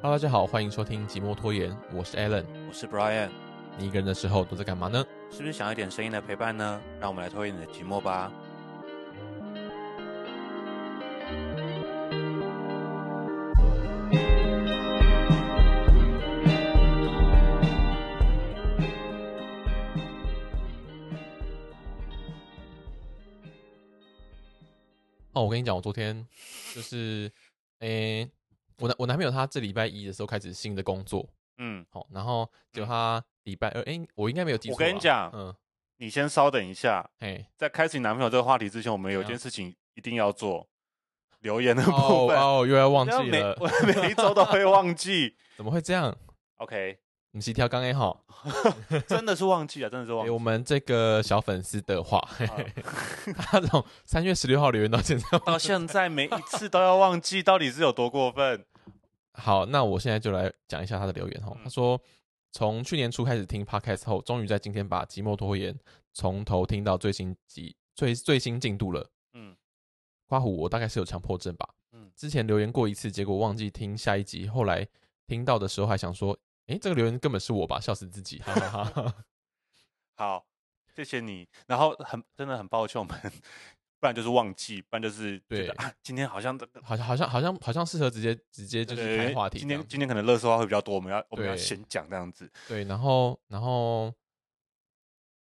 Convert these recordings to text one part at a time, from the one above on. Hello，大家好，欢迎收听《寂寞拖延》，我是 Alan。我是 Brian，你一个人的时候都在干嘛呢？是不是想要一点声音的陪伴呢？让我们来拖延你的寂寞吧。哦，我跟你讲，我昨天 就是，诶、我男我男朋友他这礼拜一的时候开始新的工作，嗯，好、然后就他礼拜二，诶、我应该没有记错我吧。跟你讲嗯，你先稍等一下，嘿， 在开始你男朋友这个话题之前，我们有怎样件事情一定要做，留言的部哦分。哦，又要忘然后记每了，我每一周都会忘记。怎么会这样？ OK，你是跳刚 A 好，真的是忘记啊，真的是忘给记。我们这个小粉丝的话， 他从三月十六号留言到现在。到现在每一次都要忘记，到底是有多过分？好，那我现在就来讲一下他的留言哈。嗯他说，从去年初开始听 podcast 后，终于在今天把《寂寞拖延》从头听到最新集最最新进度了。嗯，刮胡，我大概是有强迫症吧。嗯之前留言过一次，结果忘记听下一集，后来听到的时候还想说，诶，这个留言根本是我吧，笑死自己，哈哈哈。好，谢谢你。然后很真的很抱歉，我们 不然就是忘记，不然就是觉对得啊，今天好像真的 好像好像好像好像适合直接直接就是开对话题这今样天子。今天可能乐色话会比较多，我们要我们要对先讲这样子。对，然后然后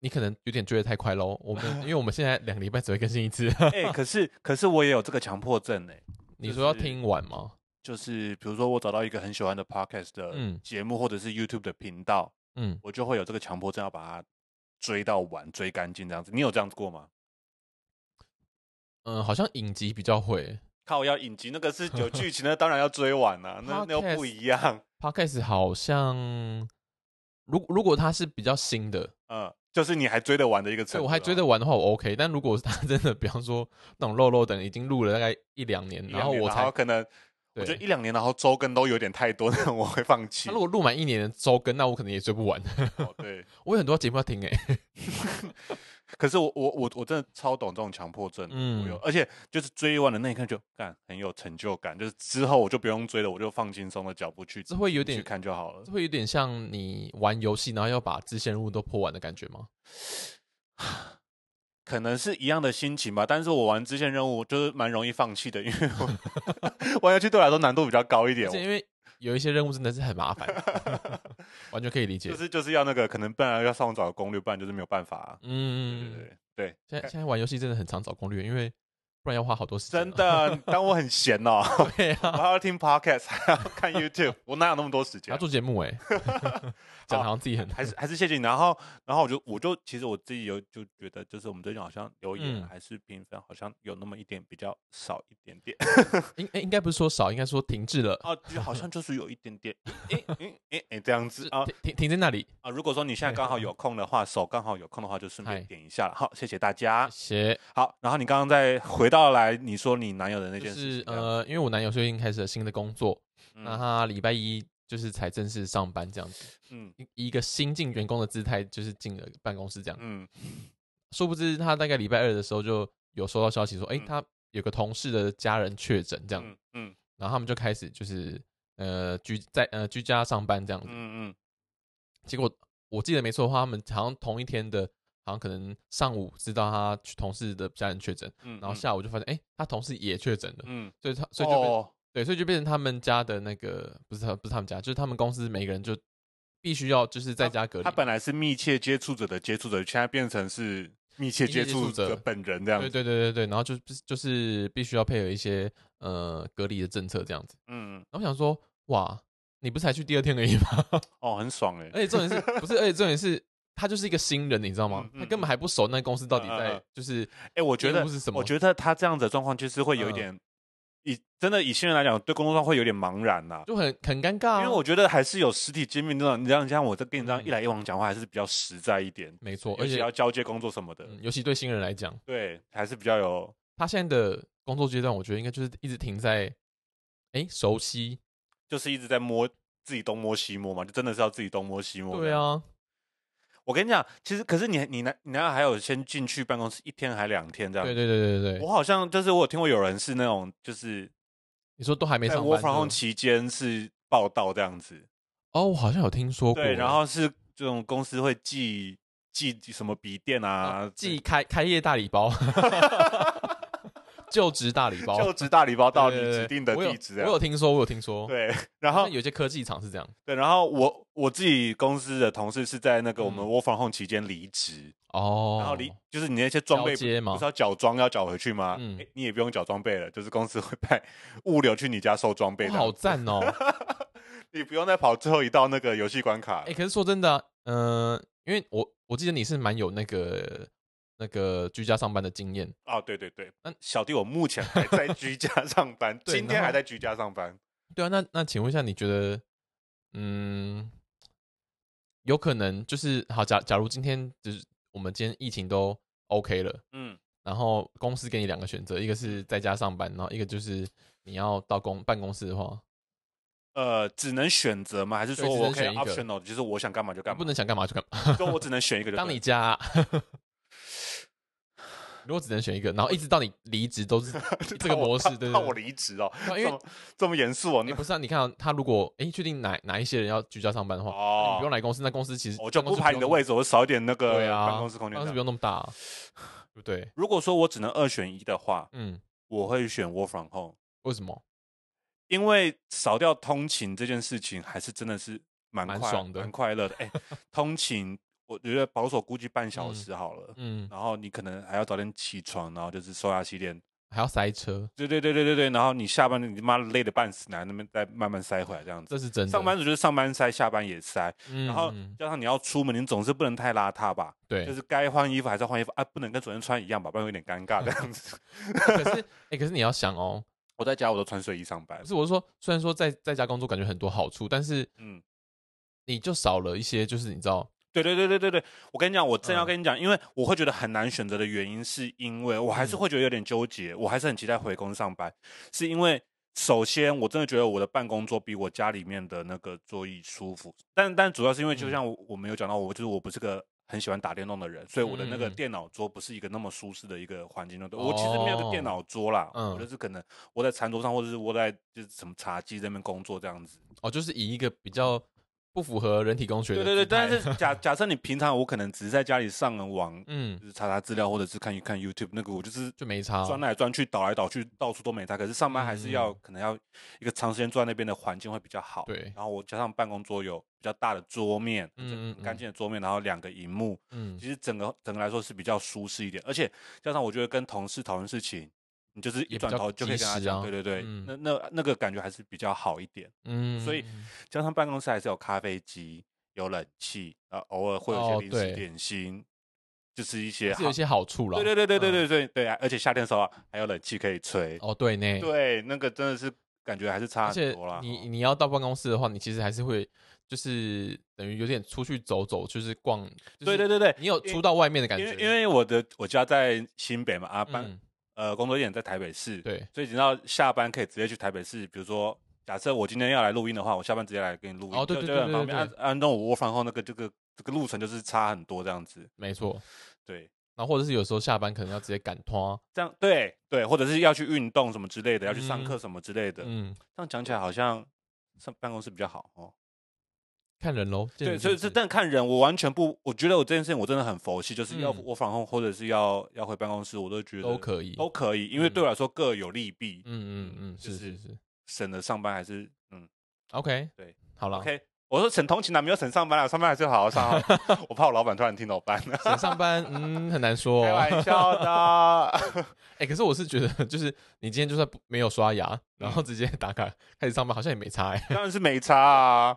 你可能有点追得太快喽。我 们因为我们现在两个礼拜只会更新一次，哎、可是可是我也有这个强迫症哎、你就说要是听完吗？就是比如说我找到一个很喜欢的 podcast 嗯的节目、或者是 YouTube 的频道，嗯，我就会有这个强迫症，要把它追到完、追干净这样子。你有这样子过吗？嗯，好像影集比较会靠，要影集那个是有剧情的，当然要追完啊，那那又 Podcast 不一样。 ，podcast 好像，如如果它是比较新的，嗯，就是你还追得完的一个程所以度啊，我还追得完的话，我 OK。但如果是它 真的，比方说那种肉肉等已经录了大概一两年，一然两后年，我才，可能我对，觉得一两年，然后周更都有点太多，那种我会放弃他如。果录满一年的周更，那我可能也追不完。哦对，我有很多节目要听欸诶、可是我我我我真的超懂这种强迫症，我有，嗯，而且就是追完的那一刻就干很有成就感，就是之后我就不用追了，我就放轻松的脚步去这会有去点，看就好了这。会有点像你玩游戏，然后要把支线任务都破完的感觉吗？可能是一样的心情吧，但是我玩支线任务就是蛮容易放弃的，因为我 玩游戏对我来说难度比较高一点而，且因为有一些任务真的是很麻 烦，完全可以理解。就是就是要那个可能不然要上网找攻略，不然就是没有办法、啊。对对嗯，对对，现在现在玩游戏真的很常找攻略，因为不然要花好多时间哎真啊。的，当我很闲哦， 对我啊，还要听 podcast，还要 看 YouTube，我哪有那么多时还间啊要？做节目 哎、哦讲的好像自己很还是还是谢谢你。然后，然后我就我就其实我自己有就觉得，就是我们最近好像留言、嗯还是评分好像有那么一点比较少一点点应哎应该不是说少，应该说停滞了， 啊，就好像就是有一点点，诶诶诶诶这样子是啊停停停在那里。啊。如果说你现在刚好有空的话，手刚好有空的话，就顺便嗨点一下了。好，谢谢大家。写好，然后你刚刚再回到来，你说你男友的那就件事是情这样，呃，因为我男友最近开始了新的工作，那嗯他礼拜一就是才正式上班，这样子，嗯以以一个新进员工的姿态，就是进了办公室这样。嗯殊不知他大概礼拜二的时候就有收到消息说，哎、嗯他有个同事的家人确诊这样，嗯嗯然后他们就开始就是呃居在呃居家上班这样子。嗯嗯结果我记得没错的话，他们好像同一天的，好像可能上午知道他去同事的家人确诊，嗯，然后嗯下午就发现，哎、他同事也确诊了，嗯，所以他所以就变、哦对，所以就变成他们家的那个不是他不是他们家，就是他们公司每个人就必须要就是在家隔离他。本来是密切接触者的接触者，现在变成是密切接密切接触触者者本人这样对子。对对对对，然后就就是必须要配合一些呃隔离的政策这样子。嗯，然后我想说，哇，你不是才去第二天而已吗？ 哦，很爽哎、而且重点是不是？而且重点是他就是一个新人，你知道吗嗯？嗯他根本还不熟那公司到底嗯嗯在嗯就是哎、我觉业得务是什么我觉得他这样子的状况就是会有一嗯点，以真的以新人来讲，对工作上会有点茫然呐、就很很尴尬、啊。因为我觉得还是有实体见面那种，你像像我这跟你这样嗯一来一往讲话，还是比较实在一点，没错，嗯而而且且要交接工作什么的，嗯尤其对新人来讲，对，还是比较有他现在的工作阶段，我觉得应该就是一直停在哎、诶熟悉。就是一直在摸自己东摸西摸嘛，就真的是要自己东摸西摸。对，啊，我跟你讲，其实可是你你那你那还有先进去办公室一天还两天这样对对对对对，我好像就是我有听过有人是那种就是你说都还没在上 work 班 from home 就，期间是报道这样子。哦，我好像有听说过欸。对，然后是这种公司会寄寄什么笔电啊啊，，寄开开业大礼 包，就职大礼包，就职大礼包到你对对对指定的我有地址这我样。有听说，我有听说。对，然好后像有些科技厂是这样对，然后我我自己公司的同事是在那个我们嗯 work from home 期间离职，哦。然后离就是你那些装备交接嘛不是要缴装要缴回去吗？嗯诶你也不用缴装备了，就是公司会派物流去你家收装备哇的，好赞哦！你不用再跑最后一道那个游戏关卡了。哎，可是说真的啊，嗯，因为我我记得你是蛮有那个那个居家上班的经验，哦，对对对，嗯小弟我目前还在 居家上班，对今然天后还在居家上班。对啊，那那请问一下，你觉得，嗯，有可能就是好，假假如今天就是我们今天疫情都 OK 了，嗯，然后公司给你两个选择，一个是在家上班，然后一个就是你要到公办公室的话，呃，只能选择吗？还是对说只我能可以选一个 optional，就是我想干嘛就干你嘛？不能想干嘛就干嘛。就我只 能选一个就对了。当你家、如果只能选一个，然后一直到你离职 都是这个模式，对对怕我对。离职哦，对啊因这为么这么严肃哦，你那不是啊，你看啊他如果哎确定哪哪一些人要居家上班的话，那你不哦用，来公司，那公司其实我就办公不室排你用的那么位置，我少一点那个对啊，办公室空间办公室这不用样。那么大、啊， 对不对？如果说我只能二选一的话，嗯，我会选 work from home，为什么？因为少掉通勤这件事情，还是真的是蛮蛮快爽的蛮快乐的。 哎，通勤我觉得保守估计半小嗯时好了。嗯，然后你可能还要早点起床，然后就是刷牙洗脸，还要塞车，对对对对对对，然后你下班你妈累得半死，然后那边再慢慢塞回来这样子。这是真的。上班族就是上班塞，下班也塞，嗯，然后嗯加上你要出门，你总是不能太邋遢吧？对，就是该换衣服还是要换衣服啊，不能跟昨天穿一样吧，不然有点尴尬这 样子。可是哎、诶可是你要想哦， 我在家我都穿睡衣上班不，是我是说，虽然说在在家工作感觉很多好处，但是嗯，你就少了一些，就是你知道，对对对对对对，我跟你讲，我正要嗯跟你讲，因为我会觉得很难选择的原因，是因为我还是嗯会觉得有点纠结，我还是很期待回公司上班，是因为首先我真的觉得我的办公桌比我家里面的那个桌椅舒服，但但主要是因为就嗯像我我们有讲到，我就是我不是个。很喜欢打电动的人，所以我的那个嗯嗯嗯电脑桌不是一个那么舒适的一个环境。对不对我其实没有个电哦脑桌啦，我嗯就是可能窝在餐桌上，或者是窝在就是什么茶几这边工作这样子。哦，就是以一个比较不符合人体工学的对对对，姿态但是假假设你平常我可能只是在家里上个网，嗯，就是查查资料或者是看一看 YouTube 那个，我就是就没差。钻来钻去、倒来倒去，到处都没它。可是上班还是要、啊嗯可能要一个长时间坐在那边的环境会比较好。对然后我加上办公桌有比较大的桌面，嗯就嗯很干嗯净的桌面，然后两个荧幕，嗯其实整个整个来说是比较舒适一点。而且加上我觉得跟同事讨论事情，你就是一也比转较头就可以及跟他时讲，啊对对对，嗯那那那个感觉还是比较好一点。嗯，所以加上办公室还是有咖啡机、有冷气，呃，偶尔会有哦一些零食对点心，就是一些还是有好一些好处啦。对对对对对嗯对对对啊，而且夏天的时候啊还有冷气可以吹，哦对呢，对，那个真的是感觉还是差而很且多啦。你哦你要到办公室的话，你其实还是会就是等于有点出去走走，就是逛。就是对对对对，你有因出到外面的感因觉，为因为我的我家在新北嘛，啊班、嗯呃工作地点在台北市，对所以等到下班可以直接去台北市，比如说。假设我今天要来录音的话，我下班直接来跟你录音，哦对对就就对对很对方便。按对按照我 work from home 那个这个这个路程就是差很多这样子，没错。对，然后或者是有时候下班可能要直接赶拖，啊这样对对，或者是要去运动什么之类的，要去上嗯课什么之类的。嗯，这样讲起来好像上办公室比较好哦。看人喽。见对，仁所以见这智但看人，我完全不，我觉得我这件事情我真的很佛系，就是要嗯我返工或者是要要回办公室，我都觉得都可以，都可以，因为嗯对我来说各有利弊，嗯嗯嗯嗯，就是是是是省了上班还是嗯，OK，对，好了 OK。我说省通勤啊，没有省上班啊，上班还是要好好上啊。 我怕我老板突然听到班，省上班，嗯，很难说、开哦。玩 笑的。哎、可是我是觉得，就是你今天就算不没有刷牙，然嗯后直接打卡开始上班，好像也没差 哎、当然是没差啊。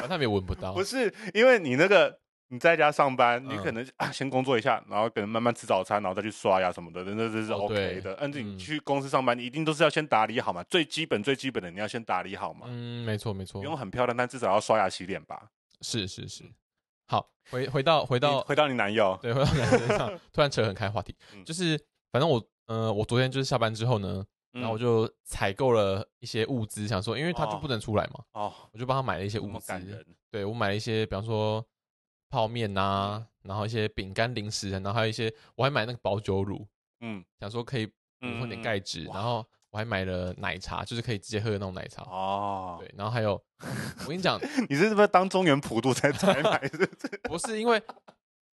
好像也闻不到不。是因为你那个你在家上班，你嗯可能、啊 先工作一下，然后可能慢慢吃早餐，然后再去刷牙什么的，那这是哦 OK 对的。但是你嗯去公司上班，你一定都是要先打理好嘛，最基本最基本的你要先打理好嘛，嗯，没错没错不，用很漂亮，但至少要刷牙洗脸吧。是是是。好，回回到回到你回到嗯你男友，对回到男生上，突然扯很开话题，嗯就是反正我呃，我昨天就是下班之后呢，嗯然后我就采购了一些物资，想说，因为他就哦不能出来嘛，哦，我就帮他买了一些这物么资感。人，对我买了一些，比方说泡面呐、嗯然后一些饼干、零食，然后还有一些我还买那个保酒乳，嗯想说可以补充点嗯钙质，哇然后我还买了奶茶，就是可以直接喝的那种奶茶。哦，对，然后还 有，我跟你讲，你是不是当中原普渡 才才买？是不是不是因为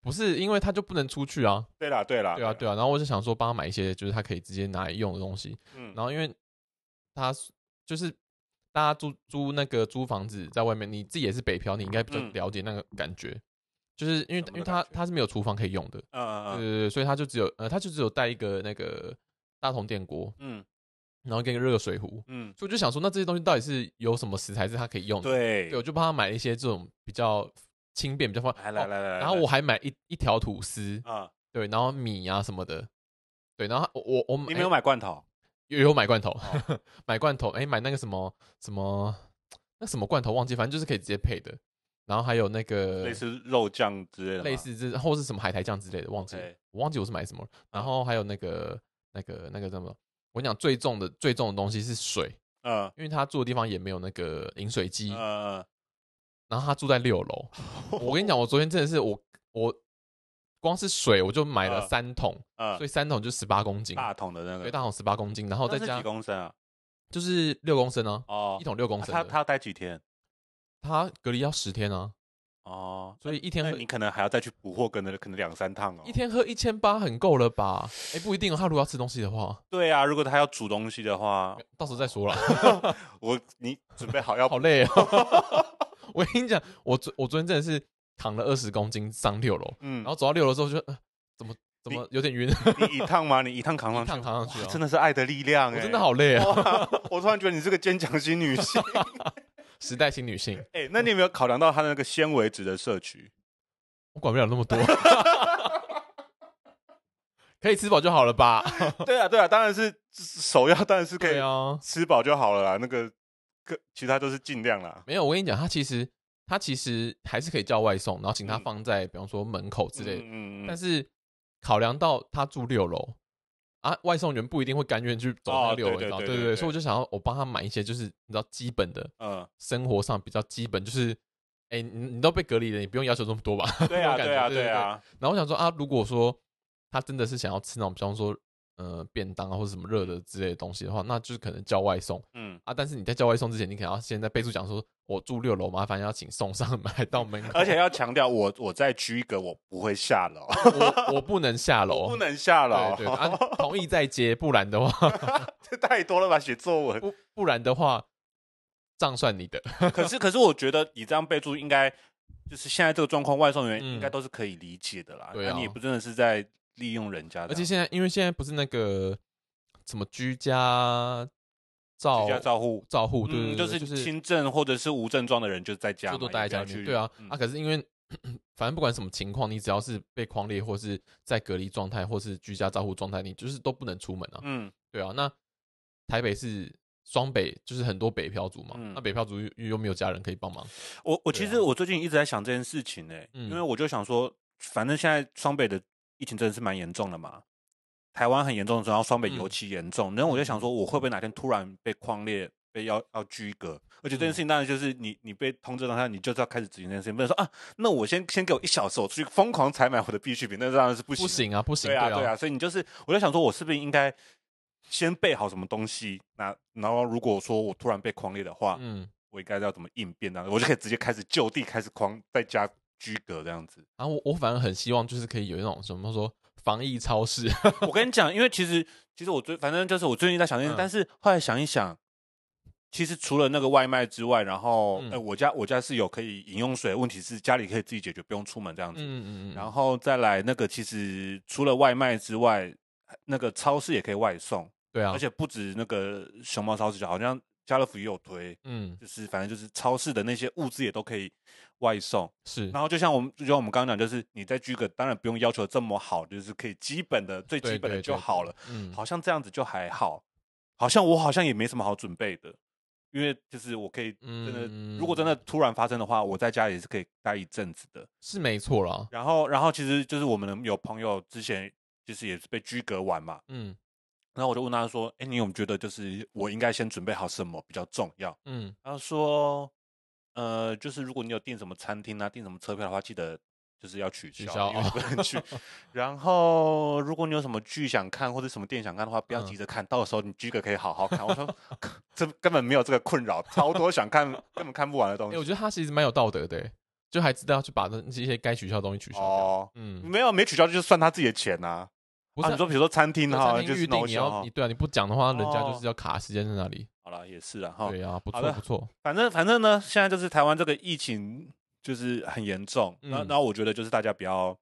不是因为他就不能出去啊，对啦，对啦，对啊，对啊。然后我就想说帮他买一些就是他可以直接拿来用的东西。嗯，然后因为他就是大家租租那个租房子在外面，你自己也是北漂，你应该比较嗯了解那个感觉，就是因为什么因为的他感觉他是没有厨房可以用的，对嗯嗯对对，所以他就只有呃他就只有带一个那个大铜电锅，嗯然后跟一个热水壶，嗯，所以我就想说那这些东西到底是有什么食材是他可以用的？对对，我，就帮他买了一些这种比较轻便、比较方来来哦来来，然后我还买一一条吐司，啊，对，然后米啊什么的，对，然后我我我你没有买罐头？有有买罐头，哦 买罐头，哎，买那个什么什么那什么罐头忘记，反正就是可以直接配的。然后还有那个类似肉酱之类的吗，哎类似这或是什么海苔酱之类的，忘记了 OK 我忘记我是买什么了。嗯然后还有那个那个那个什么，我跟你讲最重的最重的东西是水，嗯，因为他住的地方也没有那个饮水机，嗯嗯然后他住在六 楼。我跟你讲，我昨天真的是我我光是水我就买了嗯三桶，嗯所以三桶就十八公斤，大桶的那对，个，大桶十八公斤，然后再那是加几公升啊？就是六公升啊，哦一，桶六公啊升他的。他要待几天？他隔离要十天啊，哦，所以一天那喝你可能还要再去补货，可能可能两三趟哦。一天喝一千八很够了吧？哎、不一定哦，他如果要吃东西的话，对啊，如果他要煮东西的话，到时候再说啦。我你准备 好要好累啊、 我跟你讲，我昨我昨天真的是扛了二十公斤上六楼，嗯然，后走到六楼之后就、呃、怎么怎么有点晕，你一趟吗？你一趟扛上一去，哦趟扛上去哇啊，真的是爱的力量我哎，真的好累啊，哇。 我突然觉得你是个坚强型女 性。时代新女性，哎，那你有没有考量到它的那个纤维质的摄取？我管不了那 么多，可以吃饱就好了吧？对啊，对啊，当然是首要，当然是 可对以啊，吃饱就好了啦。那个，个其他都是尽量啦。没有，我跟你讲，他其实他其实还是可以叫外送，然后请他嗯放在、比方说门口之类的，嗯但是是考量到他住六楼啊，外送员不一定会甘愿去走那哦个六楼，你对知道对对对对对，对所以我就想要我帮他买一些，就是你知道基本的嗯，生活上比较基本，就是哎、你你都被隔离了，你不用要求这么多吧？ 对那种感啊，觉对啊，对对对啊，然后我想说啊，如果说他真的是想要吃那种，比方说呃便当啊或者什么热的之类的东西的话，那就是可能叫外送嗯。啊。但是你在叫外送之前，你可能要先在备注讲说，我住六楼，麻烦要请送上来到门口，而且要强调，我 我在居格，我不会下楼，我我不能下楼，不能下楼，对对啊，同意再接，不然的话，这 太多了吧？写作文。不不然的话，账算你的。可 是可是，我觉得你这样备注应该就是现在这个状况，外送员嗯应该都是可以理解的啦。对那啊你也不真的是在利用人家的啊，而且现在，因为现在不是那个什么居家照居家照护，照护，对哦对对，嗯，就是就是轻症或者是无症状的人就在家嘛，就都待在家也里不要面，去对啊，嗯啊，可是因为 反正不管什么情况，你只要是被框列或是在隔离状态或是居家照护状态，你就是都不能出门啊，嗯对啊，那台北是。双北就是很多北漂族嘛，嗯那北漂族又又没有家人可以帮忙，我我对其啊实我最近一直在想这件事情呢、欸嗯因为我就想说，反正现在双北的疫情真的是蛮严重的嘛，台湾很严重的时候，然后双北嗯尤其严重，然后我就想说，我会不会哪天突然被框列，被要要居格？而且这件嗯事情当然就是你你被通知当下，你就是要开始执行这件事情，不能说啊，那我先先给我一小时，我出去疯狂采买我的必需品，那当然是不行不的。行啊，不行，对啊，对对啊，啊，所以你就是，我就想说，我是不是应该先备好什么东西？那然后如果说我突然被框列的话，嗯，我应该要怎么应变这样子，我就可以直接开始就地开始狂在家居格这样子。然后我我反而很希望就是可以有那种什么说防疫超 市，我跟你讲，因为其实其实我最反正就是我最近在想这件事，嗯但是后来想一想，其实除了那个外卖之外，然后、嗯呃我家我家是有可以饮用水，问题是家里可以自己解决，不用出门这样子。嗯嗯嗯，然后后再来那个，其实除了外卖之外，那个超市也可以外送，对啊，而且不止那个熊猫超市，好像家乐福也有推，嗯就是反正就是超市的那些物资也都可以外送。是然后就像我们，就像我们刚刚讲，就是你在居格，当然不用要求这么好，就是可以基本的、最对基本的对就对好了。嗯，好像这样子就还好，好像我好像也没什么好准备的，因为就是我可以真的，如果真嗯的突然发生的话，我在家也是可以待一阵子的。是没错啦，然后，然后其实就是我们有朋友之前就是也是被居格玩嘛，嗯然后我就问他说：“哎，你有没有觉得就是我应该先准备好什么比较重要？”嗯他说，呃，就是如果你有订什么餐厅啊，订什么车票的话，记得就是要取取消，消因为你不能 去。然后，如果你有什么剧想看或者什么电影想看的话，不要嗯急着看，到时候你剧个可以好好看。我说 这根本没有这个困扰，超多想看根本看不完的东哎、西。我觉得他其实蛮有道德的、欸，就还知道去把那这些该取消的东西取消掉。哦，嗯，没有没取消就是算他自己的钱呐、不啊。是、你说比如说餐厅哈，餐就厅是预 no 定你 show 要哈你对啊，你不讲的话，人家哦就是要卡时间在那里。好了，也是啊哈。对啊，不好错的不错，反正反正呢，现在就是台湾这个疫情就是很严重，然后嗯然后我觉得就是大家不要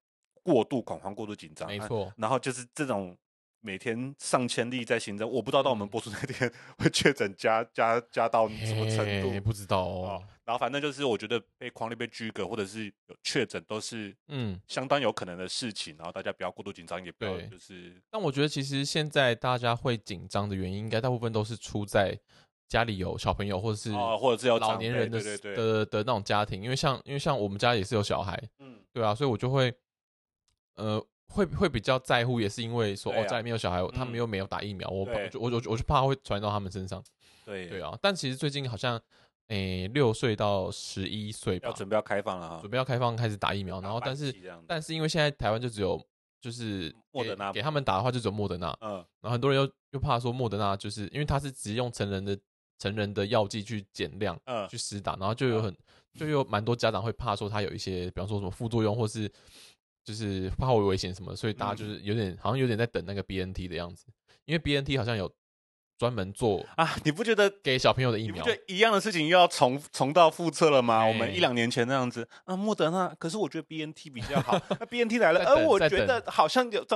过度恐慌、过度紧张，没啊。错。然后就是这种每天上千例在行政，我不知道到我们嗯播出那天会确诊加加加到什么程嘿度。不知道哦哦。，然后反正就是，我觉得被框列、被拘格，或者是有确诊，都是嗯，相当有可能的事情。然后大家不要过度紧张，也不要对就是但我觉得其实现在大家会紧张的原因，应该大部分都是出在家里有小朋友或者是哦，或者是要老长年辈人的对对对，的的那种家庭，因为像因为像我们家也是有小孩，嗯，对啊，所以我就会呃会会比较在乎，也是因为说、对哦啊家里面有小孩，他嗯们又没有打疫苗，我怕对我就我就我就怕会传到他们身上，对对，啊。但其实最近好像诶六岁到十一岁要吧，准备要开放了哈啊准，备要开放开始打疫苗，然后打但半是剂这样子但是因为现在台湾就只有就是莫给德纳给他们打的话就只有莫德纳，嗯，然后很多人又又怕说莫德纳就是因为它是只用成人的成人的药剂去减量嗯去施打，然后就有很就有蛮多家长会怕说它有一些比方说什么副作用或是就是怕会危险什么，所以大家嗯就是有点好像有点在等那个 BNT 的样子，因为 BNT 好像有专门 做啊，你不觉得给小朋友的疫你不苗觉，得一样的事情又要重重蹈覆辙了吗？哎我们一两年前那样子啊，莫德纳，可是我觉得 B N T 比较 好，那 B N T 来了，再呃，等我再觉等得好像有，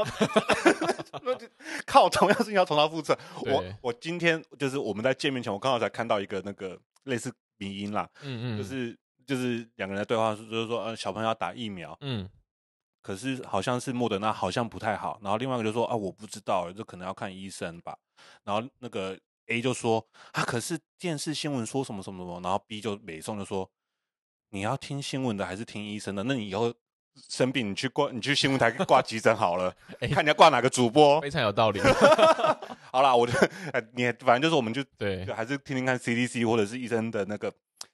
那就靠同样事情要重蹈覆辙。我对我今天就是我们在见面前，我刚好才看到一个那个类似迷音啦，嗯嗯，就是就是两个人的对话，就是说，呃，小朋友要打疫苗，嗯可是好像是莫德纳好像不太好，然后另外一个就说啊，我不知道，这可能要看医生吧。然后那个 A 就说啊，可是电视新闻说什么什么什么，然后 B 就美颂就说你要听新闻的还是听医生的？那你以后生病你去挂你去新闻台挂急诊好了， 哎看你要挂哪个主播非。常有道 理，好啦，我就哎你反正就是我们就对就还是听听看 CDC 或者是医生的那个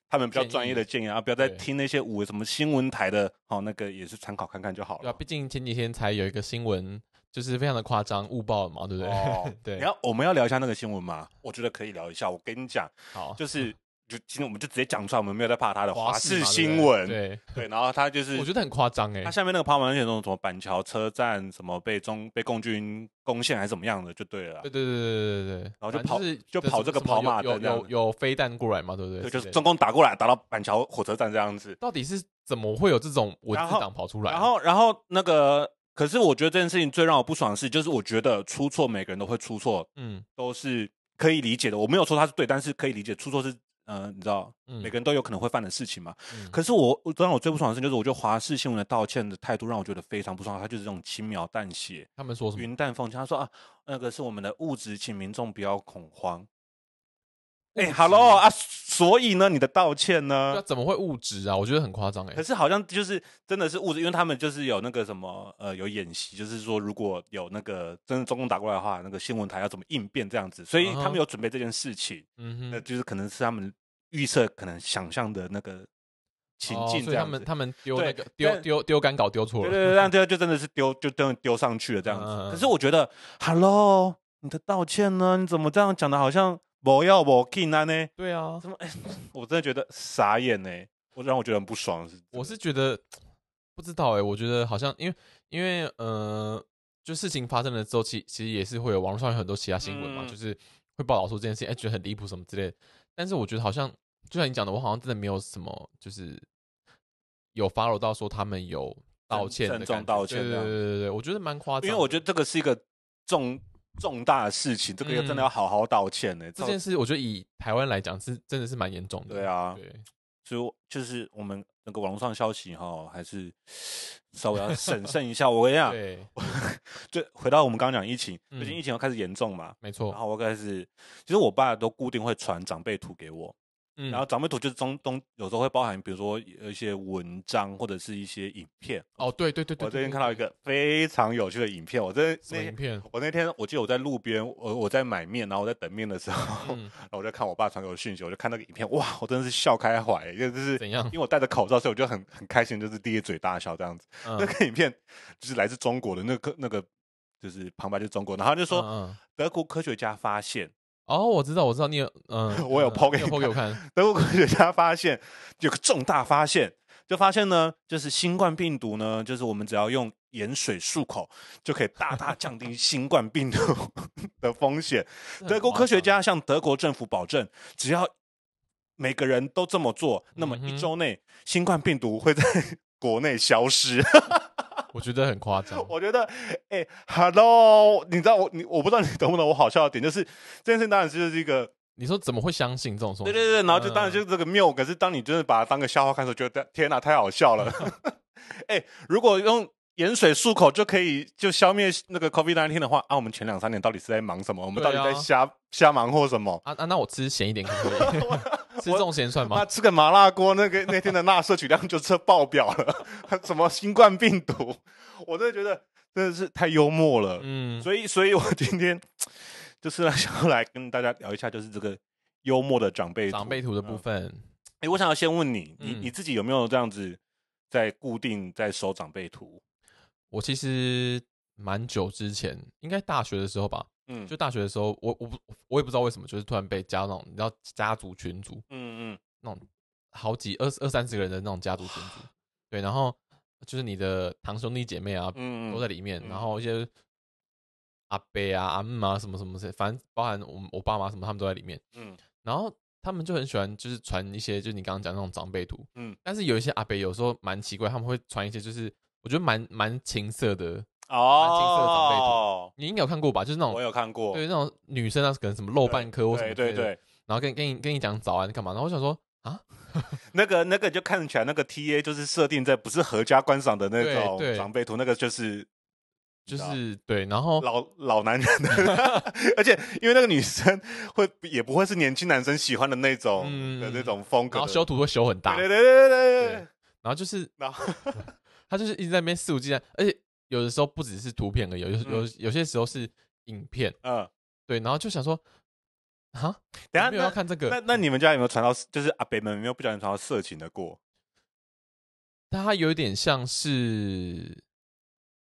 他们比较建专业议的建议啊，不要再对听那些五什么新闻台的哦，那个也是参考看看就好对啊，了。毕竟前几天才有一个新闻，就是非常的夸张，误报嘛，对不对？哦 对你要我们要聊一下那个新闻吗？我觉得可以聊一下。我跟你讲，好，就是 就今天我们就直接讲出来，我们没有在怕他的华嘛对视不新对闻，对，对然后他就是我觉得很夸张哎他，下面那个爬文写那种什么板桥车站什么被中被共军攻陷还是怎么样的，就对了啦对。对对对对对对，然后就反正跑是就跑这个什么跑马有灯这样有有有飞弹过来嘛，对不对？对，就之是类的中共打过来，打到板桥火车站这样子。到底是怎么会有这种文字党跑出来？然后，然后那个，可是我觉得这件事情最让我不爽的是，就是我觉得出错，每个人都会出错，嗯都是可以理解的。我没有说他是对，但是可以理解，出错是，呃，你知道，嗯，每个人都有可能会犯的事情嘛。嗯可是我，我让我最不爽的事就是，我觉得华视新闻的道歉的态度让我觉得非常不爽，他就是这种轻描淡写、他们说什么？云淡风轻。他说啊，那个是我们的物质，请民众不要恐慌。哎、物 h e l l o 质啊，所以呢，你的道歉呢？那怎么会误植啊？我觉得很夸张哎可。是好像就是真的是物质，因为他们就是有那个什么呃有演习，就是说如果有那个真的中共打过来的话，那个新闻台要怎么应变这样子，所以嗯哼他们有准备这件事情，嗯那、哼，就是可能是他们预设可能想象的那个情哦境所这以他样子。们他们丢那对个丢但丢丢杆稿丢错了，对对 对，但这就真的是丢就真的丢上去了这样子。嗯嗯嗯可是我觉得，Hello，你的道歉呢？你怎么这样讲的？好像我要我 king 啊呢？对啊，怎么？哎，我真的觉得傻眼呢、我让我觉得很不爽。是我是觉得不知道哎、我觉得好像因为因为呃，就事情发生了之后，其其实也是会有网络上有很多其他新闻嘛，嗯就是会报道说这件事情，哎、觉得很离谱什么之类的。但是我觉得好像就像你讲的，我好像真的没有什么就是有 follow 到说他们有道郑歉的郑感重觉道歉对这对样对对对，我觉得蛮夸张的，因为我觉得这个是一个重重大的事情，这个要真的嗯要好好道歉呢、这造件事，我觉得以台湾来讲是真的是蛮严重的，对啊，对，所以我就是我们那个网络上消息哈，还是 稍微要审慎一下。我跟你讲，对，就回到我们刚刚讲疫情，最近嗯疫情又开始严重嘛，没错然，后我开始，其实我爸都固定会传长辈图给我，嗯，然后长辈图就是中东有时候会包含，比如说一些文章或者是一些影片。哦，对对对对，我最近对看到一个非常有趣的影片，我真的什那么影天片？我那天我记得我在路边，我我在买面，然后我在等面的时候，嗯，然后我就看我爸传给我的讯息，我就看那个影片，哇，我真的是笑开怀，就是怎样因？为我戴着口罩，所以我就很很开心，就是咧嘴大笑这样子。嗯那个影片就是来自中国的那个那个，就是旁白就是中国，然后他就说、嗯嗯德国科学家发现， 哦，我知道，我知道你有，嗯，我有嗯 po 给你你有 po 给我看，德国科学家发现有个重大发现，就发现呢，就是新冠病毒呢，就是我们只要用盐水漱口，就可以大大降低新冠病毒 的风险。德国科学啊家向德国政府保证，只要每个人都这么做，那么嗯哼一周内新冠病毒会在 国内消失。我觉得很夸张。我觉得，哎、h e l l o 你知道我你我不知道你懂不懂我好笑的点，就是这件事情当然就是一个嗯你说怎么会相信这种东西？对对对，然后就当然就是这个谬，可是当你真的把它当个笑话看的时候，觉得天哪、太好笑了。 哎、如果用盐水漱口就可以就消灭那个 COVID 1 9的话，啊，我们前两三年到底是在忙什么？我们到对底啊在瞎、瞎忙或什么？啊啊，那我吃咸一点可不可 以？ 吃这种咸算那吗？吃个麻辣锅，那个那天的钠摄取量就这爆表了。 什么新冠病毒， 我真的觉得真的是太幽默了。 嗯，所以，所以我今天就是来 想要来跟大家聊一下，就是这个幽默的长辈长辈图的部分。分，哎、我想要先问你，你嗯你自己有没有这样子在固定在收长辈图？我其实蛮久之前，应该大学的时候吧，嗯，就大学的时候，我我不我也不知道为什么，就是突然被加那种你知道家族群组嗯嗯那种好几二二三十个人的那种家族群 组，对，然后就是你的堂兄弟姐妹啊嗯嗯，都在里面，嗯然后一些阿伯啊、阿姆啊什么什么之类，反正包含我我爸妈什么，他们都在里面。嗯然后他们就很喜欢就是传一些，就是你刚刚讲那种长辈图，嗯但是有一些阿伯有时候蛮奇怪，他们会传一些就是我觉得蛮蛮情色的，哦，你应该有看过吧？就是那我种有看过，对那种女生啊，可能什么露半颗或什么对对之类的对，然后跟跟你跟你讲早安干嘛？然后我想说啊，那个那个就看起来那个 T A 就是设定在不是合家观赏的那对种对长辈图，那个就是就知道是对，然后老老男人的， 而且因为那个女生会也不会是年轻男生喜欢的那种嗯的那种风格然的，后修图会修很大，对对对对对对对，然后就是然后 他就是一直在那边肆无忌惮，而且有的时候不只是图片而已，有有有些时候是影片，嗯，对，然后就想说啊，等一下我没有要那看这个，那那你们家有没有传到，就是阿北们有没有不小心传到色情的过？但它有点像是，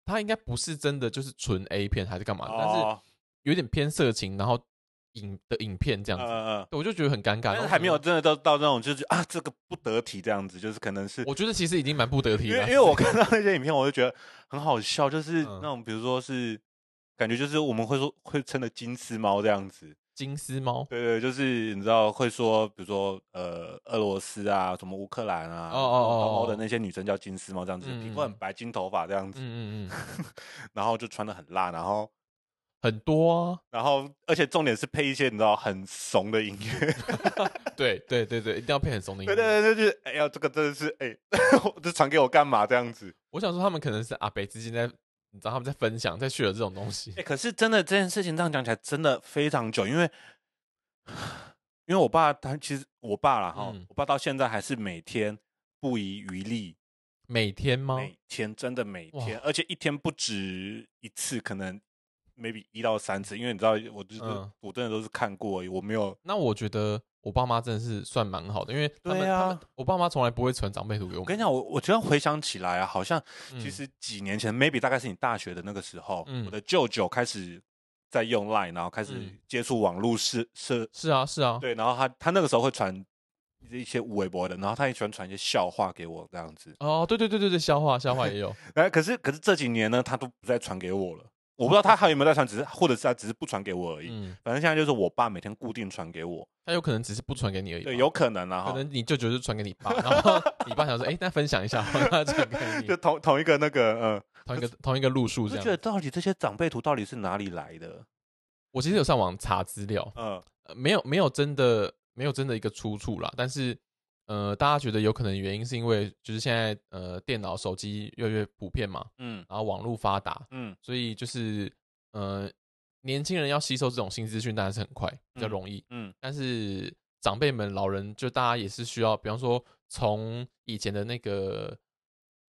它应该不是真的就是纯 A 片还是干嘛，啊但是哦有点偏色情，然后影的影片这样嗯子，嗯嗯。对我就觉得很尴尬，但然是后还没有我想说，真的到到那种就是啊，这个不得体这样子，就是可能是我觉得其实已经蛮不得体因为了，因为我看到那些影片，我就觉得很好笑，就是嗯那种比如说是感觉就是我们会说会称的金丝猫这样子， 金丝猫对对，就是你知道会说比如说呃俄罗斯啊，什么乌克兰啊，哦哦哦东欧哦的那些女生叫金丝猫这样子，嗯皮肤很嗯白，金头发这样子，嗯嗯嗯，然后就穿的很辣，然后很多啊然后而且重点是配一些你知道很怂的音乐。啊，对对对对，一定要配很 怂的音对乐。对对，就是哎呀，这个真的是哎， 这传给我干嘛这样子？我想说他们可能是阿北之间在，你知道他们在分享，在 share 这种东西 哎、，可是真的这件事情这样讲起来真的非常久，因为因为我爸他其实我爸啦哈，嗯我爸到现在还是每天不遗余力，每天吗？每天真的每哇天，而且一天不止一次，可能 maybe 一到三次，因为你知道，我就是、嗯我真的都是看过而已，我没有。那我觉得我爸妈真的是算蛮好的，因为他们对啊他们我爸妈从来不会传长辈图给我们。我跟你讲，我我觉得回想起来啊，好像嗯其实几年前、m a y b e 大概是你大学的那个时候，嗯我的舅舅开始在用 Line，然后开始嗯接触网络社社，是啊是啊，对，然后他他那个时候会传一些微博的，然后他也喜欢传一些笑话给我这样子。哦，对对对对对，消化消化也 有，哎，可是可是这几年呢，他都不再传给我了，我不知道他还有没有在传，只是或者是他只是不传给我而已。嗯，反正现在就是我爸每天固定传给我，他有可能只是不传给你而已吧，对，有可能啦可哈，能你舅舅就传给你爸，然 后你爸想说，哎，那分享一下，然后他传给就你，同同一个那个呃，同一个同一个路数我这就觉得样。到底这些长辈图到底是哪里来的？我其实有上网查资料，嗯呃没有没有真的没有真的一个出处啦，但是呃，大家觉得有可能原因是因为就是现在呃电脑、手机越来越普遍嘛，嗯然后网络发达，嗯所以就是呃，年轻人要吸收这种新资讯当然是很快，比较嗯容易。嗯但是长辈们、老人，就大家也是需要，比方说从以前的那个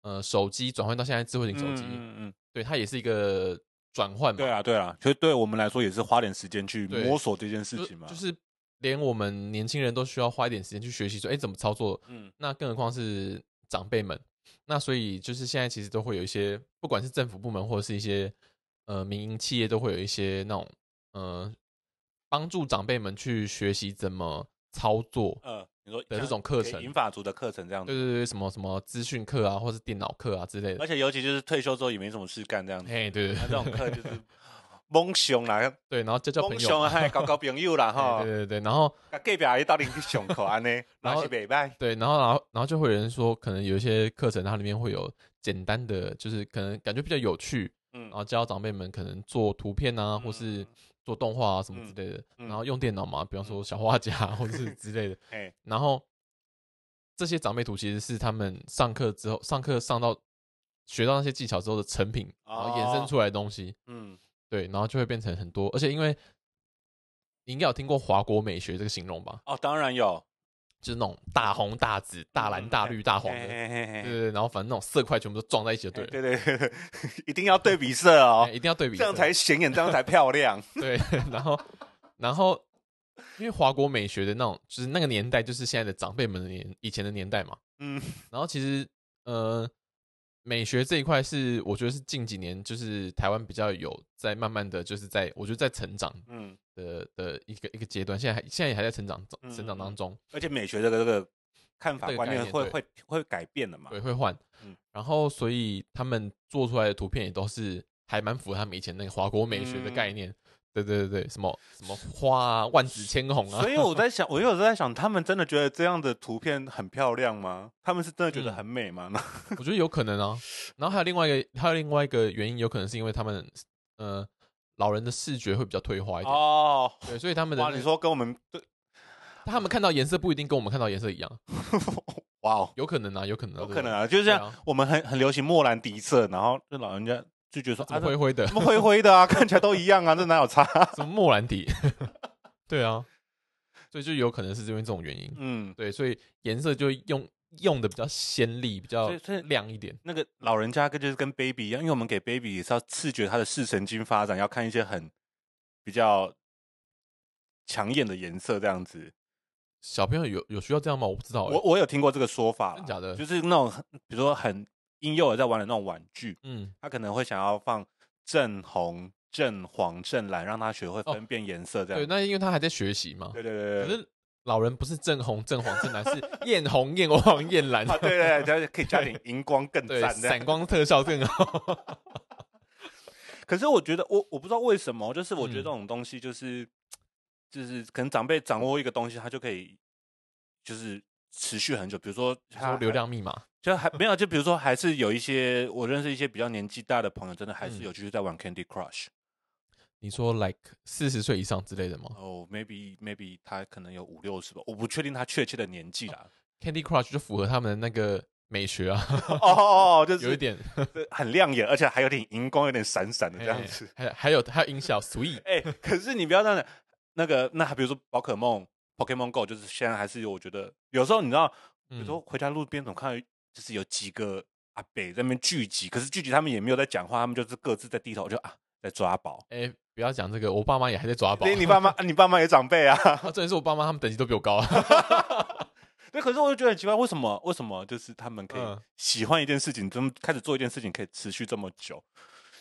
呃手机转换到现在智慧型手机，嗯嗯，对，它也是一个转换嘛。对啊对啊，其实对我们来说也是花点时间去对摸索这件事就情嘛，就是连我们年轻人都需要花一点时间去学习，说，哎，怎么操作？嗯那更何况是长辈们。那所以就是现在其实都会有一些，不管是政府部门或者是一些呃民营企业，都会有一些那种呃帮助长辈们去学习怎么操作。呃，你说的这像种课给程银发族的课程这样对子，对对，什么什么资讯课啊，或是电脑课啊之类的而。且尤其就是退休之后也没什么事干这样子，嘿，对对对那这种课就是蒙熊啦，对，然后交交朋蒙友熊嘛。还搞搞朋友啦嘿啊哈对，对对，然后甲隔壁阿姨到底去上课安尼，然然后后是袂歹，对，然后然后然后就会有人说，可能有一些课程它里面会有简单的，就是可能感觉比较有趣，嗯然后教长辈们可能做图片啊，或是嗯做动画啊什么之类的，嗯然后用电脑嘛，比方说小画家啊或者是之类的，嘿，然后这些长辈图其实是他们上课之后，上课上到学到那些技巧之后的成品，然后衍生哦出来的东西，嗯，对，然后就会变成很多，而且因为你应该有听过华国美学这个形容吧，哦，当然有，就是那种大红大紫、大蓝嗯大绿大黄嘿的，嘿嘿对嘿对对，然后反正那种色块全部都撞在一起就对嘿了，哎对对对，对一定要对比色哦哎，一定要对比色，这样才显眼，这样才漂亮。对， 然后然后因为华国美学的那种，就是那个年代，就是现在的长辈们的年以前的年代嘛。嗯，然后其实呃，美学这一块是我觉得是近几年就是台湾比较有在慢慢的就是在我觉得在成长嗯，的的一个一个阶段，现在还现在也还在成长成嗯长当中，而且美学这个这个看法这个观概念念会对会会改变的嘛。对，会换嗯。然后所以他们做出来的图片也都是还蛮符合他们以前那个华国美学的嗯概念。对对对对，什么什么花啊，万紫千红啊，所以我在想，我有在想，他们真的觉得这样的图片很漂亮吗？他们是真的觉得嗯很美吗？ 我觉得有可能啊。然后还有另外一个，还有另外一个原因，有可能是因为他们呃老人的视觉会比较退化一点，哦，对，啊所以他们的哇，那你个说跟我们对，他们看到颜色不一定跟我们看到颜色一样，哇哦，有可能啊，有可能、啊，有对可能啊，啊，就是对像啊，我们很很流行莫兰迪色，然后就老人家就觉得说怎么啊，灰灰的， 这么灰灰的啊， 看起来都一样啊，这哪有差？什么莫兰迪， 对啊，所以就有可能是因为这种原因，嗯，对，所以颜色就用用的比较鲜丽，比较所以所以亮一点，那个老人家跟就是跟 baby 一样，因为我们给 baby 也是要视觉他的视神经发展，要看一些很比较抢眼的颜色这样子。小朋友有有需要这样吗？我不知道、欸，我我有听过这个说法啦，真假的就是那种很比如说很婴幼儿在玩的那种玩具，嗯，他可能会想要放正红、正黄、正蓝，让他学会哦分辨颜色这样。对，那因为他还在学习嘛，对对啊对可对对。是老人不是正红、正黄、正蓝，是艳红、艳黄、艳蓝，啊，对对对，加可以加点荧光更对，赞的。闪光特效更好。可是我觉得，我我不知道为什么，就是我觉得嗯这种东西就是、就是可能长辈掌握一个东西，他就可以就是持续很久。比如说他说还流量密码，就还没有，就比如说还是有一些我认识一些比较年纪大的朋友，真的还嗯是有继续在玩 Candy Crush、你说 like 四十岁以上之类的吗哦，maybe maybe 他可能有五六十吧，我不确定他确切的年纪 啦。 ？Candy Crush 就符合他们的那个美学啊，哦哦哦，就有一是点很亮眼，而且还有点荧光，有点闪闪 的这样嘿子。还还有还有音效 sweet，哎、可是你不要这样讲，那个那比如说宝可梦、Pokemon Go，就是现在还是有，我觉得有时候你知道，比如嗯说回家路边总看到就是有几个阿北在那边聚集，可是聚集他们也没有在讲话，他们就是各自在低头就啊在抓宝。哎，不要讲这个，我爸妈也还在抓宝所以。你爸妈， 你爸妈也长辈啊。啊，真的是我爸妈他们等级都比我高啊。 对，可是我就觉得很奇怪，为什么为什么就是他们可嗯以喜欢一件事情，这么开始做一件事情可以持续这么久？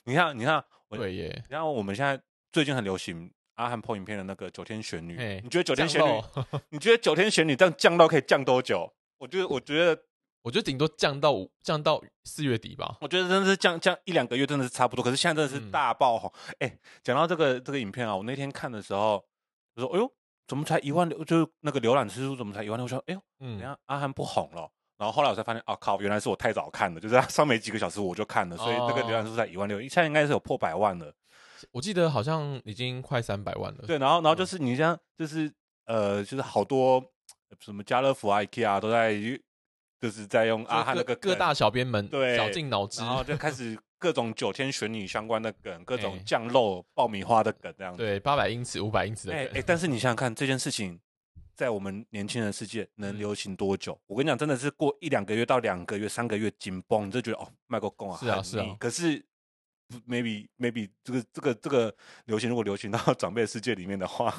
你看，你看，我对耶，然后我们现在最近很流行阿汉破影片的那个九天玄女嘿，你觉得九天哎降玄女肉，你觉得九天玄女这样降到可以降多久？我觉得，我觉得，我觉得顶多降到五，降到四月底吧。我觉得真的是降降一两个月，真的是差不多。可是现在真的嗯是大爆红。哎、讲到这个这个影片啊，我那天看的时候，我说：“哎呦，怎么才一万六？就是那个浏览次数怎么才一万六？”我说：“哎呦，等一嗯，下阿汉不红了。”然后后来我才发现，啊靠，原来是我太早看了，就是他上没几个小时我就看了，所以这个浏哦览数才一万六，现在应该是有破百万了。我记得好像已经快三百万了。对，然后然后嗯就是你像就是呃，就是好多呃什么家乐福啊、IKEA 啊都在就是在用阿汉各啊那个各梗大小编们对绞尽脑汁然，后就开始各种九天玄女相关的梗，各哎种酱肉爆米花的梗这样子。对，八百英尺、五百英尺的哎哎、梗，但是你想想看，这件事情在我们年轻人世界嗯能流行多久？我跟你讲，真的是过一两个月到两个月、三个月紧绷，你就觉得哦，卖个供啊，是啊很是啊腻可是不 maybe maybe 这个这个这个流行，如果流行到长辈的世界里面的话，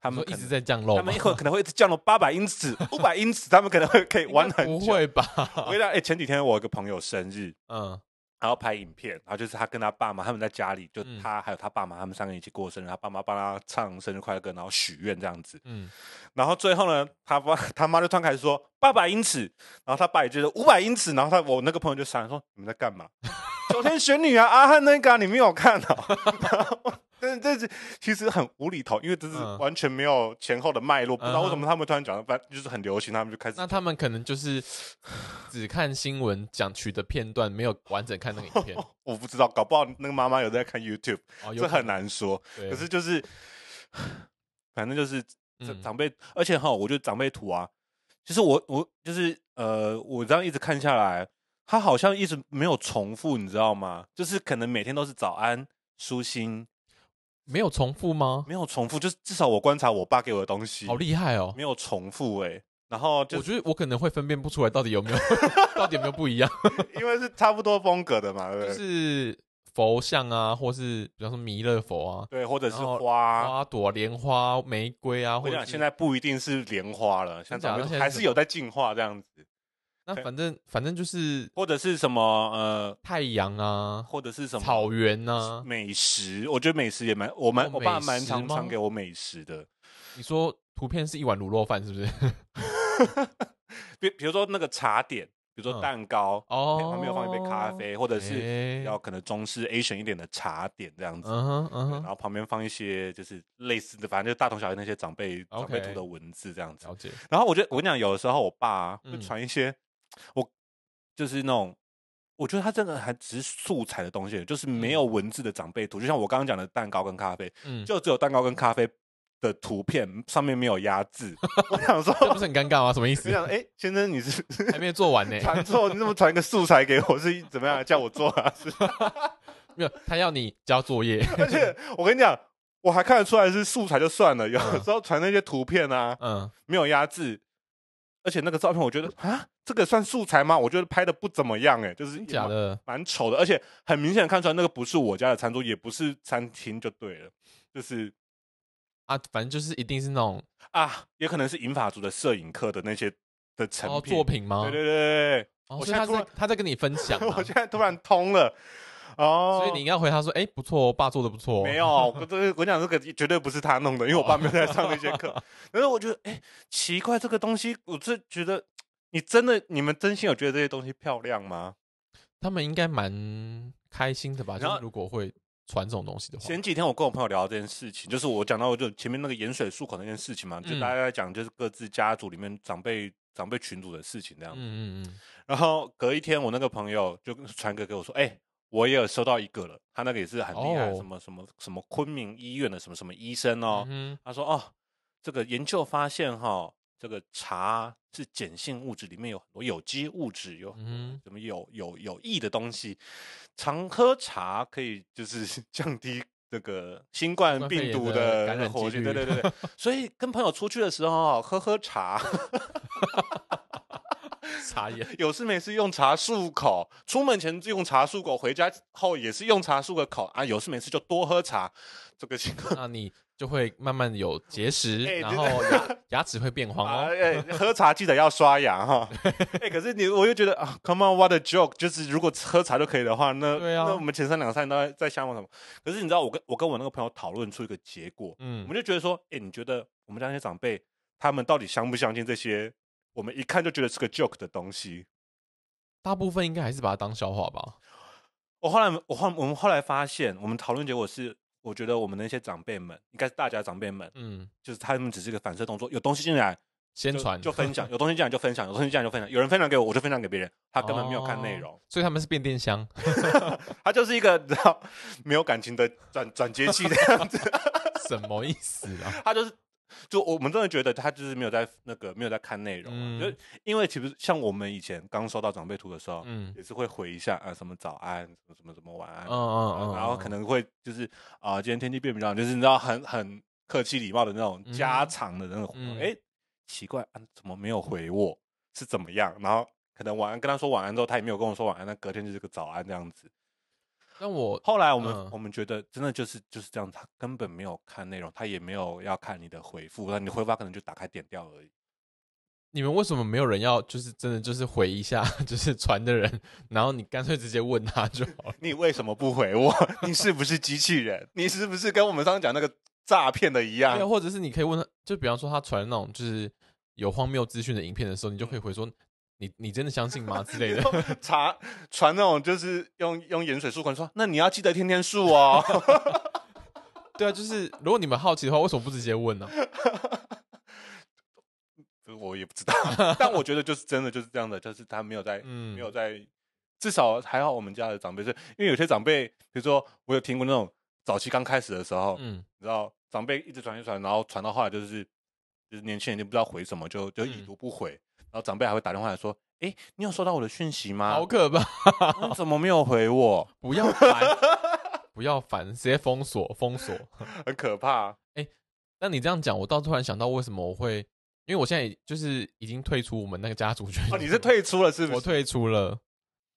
他他们一可直能在哦降落他吗，们一会儿可能会一直降到八百英尺、五百英尺，他们可能会可以 应该玩很久。不会吧？我跟你讲，哎、前几天我有一个朋友生日，嗯然后拍影片，然后就是他跟他爸妈他们在家里，就嗯他还有他爸妈他们三个人一起过生日，他爸妈帮他唱生日快乐歌，然后许愿这样子。嗯，然后最后呢，他爸他妈就突然开始说八百英尺，然后他爸也觉得五百英尺，然后他我那个朋友就闪说你们在干嘛？九天玄女啊，阿汉那个、啊、你没有看到、 然后但是这是其实很无厘头，因为这是嗯完全没有前后的脉络，不知道为什嗯么他们突然讲，反正就是很流行，他们就开始那他们可能就是只看新闻讲取的片段，没有完整看那个影 片，我不知道，搞不好那个妈妈有在看 YouTube，哦，有这很能。难说。对可是就是， 反正就是这嗯长辈，而且哈，我觉得长辈图啊，其实我我就是呃，我这样一直看下来，他好像一直没有重复，你知道吗？就是可能每天都是早安、舒心，没有重复吗？没有重复，就是至少我观察我爸给我的东西，好厉害哦！没有重复哎、然后就我是觉得我可能会分辨不出来到底有 没有，到底有没有不一样，因为是差不多风格的嘛，对不就对？是佛像啊，或是比方说弥勒佛啊、对，或者是然后花啊、花朵、莲花、玫瑰啊，我或跟你者讲，是现在不一定是莲花了，像真假长的啊辈现图在还是是什有在进化这样子，那反正反正就是或者是什么呃，太阳啊、或者是什么草原啊。美食，我觉得美食也蛮，我蛮、哦我爸美蛮食常吗传给我美食的，你说图片是一碗卤肉饭 是不是？比比如说那个茶点，比如嗯说蛋糕，哦，旁边有放一杯咖，啡，或者是是比较可能中式 Asian 一点的茶点这样子，哦哎嗯哼嗯对哼然，后旁边放一些就是类似的，反正就大同小异那些长辈长辈 OK 图的文字这样子。了解。然后我觉得我跟你讲，有的时候我爸、啊、会嗯传一些，我就是那种。我觉得他真的还只是素材的东西，就是没有文字的长辈图，就像我刚刚讲的蛋糕跟咖啡，嗯，就只有蛋糕跟咖啡的图片上面没有压制。我想说，这不是很尴尬吗？什么意 我思？想，哎、先生你 是还没做完呢。 传错，你怎么传个素材给我是怎么样叫我做啊？ 是， 没有，他要你交作 业。而且我跟你讲，我还看得出来是素材就算了，有的嗯时候传那些图片啊，嗯，没有压制。而且那个照片，我觉得啊，这个算素材吗？我觉得拍的不怎么样、哎，就是真也假蛮的？蛮丑的，而且很明显地看出来那个不是我家的餐桌，也不是餐厅，就对了，就是啊，反正就是一定是那种啊，也可能是银发族的摄影课的那些的成哦品。作品吗？对对对哦我所现以在他突然在他在跟你分享对对，啊， 我现在突然通了哦。所以你应该回他说，哎，不错哦，爸做的不错哦。没有， 我这个我讲这个绝对不是他弄的，哦因为我爸没有在上那些 课。然后我觉得，哎、奇怪，这个东西，我这觉得你真的，你们真心有觉得这些东西漂亮吗？他们应该蛮开心的吧？然就后是如果会传这种东西的话，前几天我跟我朋友聊这件事情，就是我讲到就前面那个盐水漱口那件事情嘛，就嗯大家在讲就是各自家族里面长辈长辈群组的事情这样子。嗯嗯嗯，然后隔一天，我那个朋友就传个给我说：“哎、我也有收到一个了，他那个也是很厉害，哦什么什么什么昆明医院的什么什么医生哦。嗯他说：“哦，这个研究发现哈、这个茶是碱性物质里面有很多有机物质，有很多嗯什么有有有益的东西，常喝茶可以就是 降低。”这个新冠冠肺病炎毒的的感染活几性对率对 对对，所以跟朋友出去的时候喝喝茶，哼，茶叶，有事没事用茶漱口，出门前就用茶漱口，回家后也是用茶漱个口啊。有事没事就多喝茶，这个情况。 那你就会慢慢有结石，哎然真后 的牙牙齿会变黄啊，哦。哎、喝茶记得要刷 牙哈。哎、可是你，我又觉得啊，Come on，what a joke！就是如果喝茶就可以的话，那对啊那我们前三两三都在在相望什么？可是你知道，我跟我跟我那个朋友讨论出一个结果，我嗯们就觉得说，哎、你觉得我们家那些长辈他们到底相不相信这些？我们一看就觉得是个 joke 的东西。大部分应该还是把它当笑话吧。我后来，我后我们后来发现，我们讨论结果是，我觉得我们那些长辈们，应该是大家长辈们，嗯，就是他们只是一个反射动作，有东西进来先就传就分享，有东西进来就分享，有东西进来就分享，有人分享给我，我就分享给别人，他根本没有看内容，所以他们是变电箱。 他就是一个你知道没有感情的转转接器这样子， 什么意思啊？他就是。就我们真的觉得他就是没有在那个没有在看内容、啊，嗯就因为其实像我们以前刚收到长辈图的时候，嗯也是会回一下啊什么早安，什么什么什么晚安嗯，嗯嗯，然后可能能会就是啊、今天天气变比较好，就是你知道很很客气礼貌的那种嗯哼家常的那种。哎、嗯奇怪啊，怎么没有回我？是怎么样？然后可能晚安跟他说晚安之后，他也没有跟我说晚安，那隔天就是个早安这样子。但我后来我们、嗯我们觉得真的就是就是这样，他根本没有看内容，他也没有要看你的回复，那你的回复他可能就打开点掉而已。。你们为什么没有人要就是真的就是回一下 就是传的人，然后你干脆直接问他就好了你为什么不回我？ 你是不是机器人？你是不是跟我们上次讲那个诈骗的一样对，？或者是你可以问他，就比方说他传那种就是有荒谬资讯的影片的时候，你就可以嗯回说你你真的相信吗之类 的。查传那种就是用用盐水漱口说，那你要记得天天漱哦。 对啊，就是如果你们好奇的话，为什么不直接问 呢、我也不知道， 但我觉得就是真的就是这样的，就是他没有在、嗯，没有在，至少还好我们家的长辈是，因为有些长辈，比如说我有听过那种早期刚开始的时候，嗯，你知道长辈一直传一直传，然后传到后来就是就是年轻人就不知道回什么，就就已嗯读不回，然后长辈还会打电话来说，哎、你有收到我的讯息吗？好可怕，你怎么没有回我？不要烦， 不要烦，直接封锁封锁。很可怕。那你这样讲，我倒突然想到，为什么我会，因为我现在就是已经退出我们那个家族群哦，你是退出了是不我是？退出了，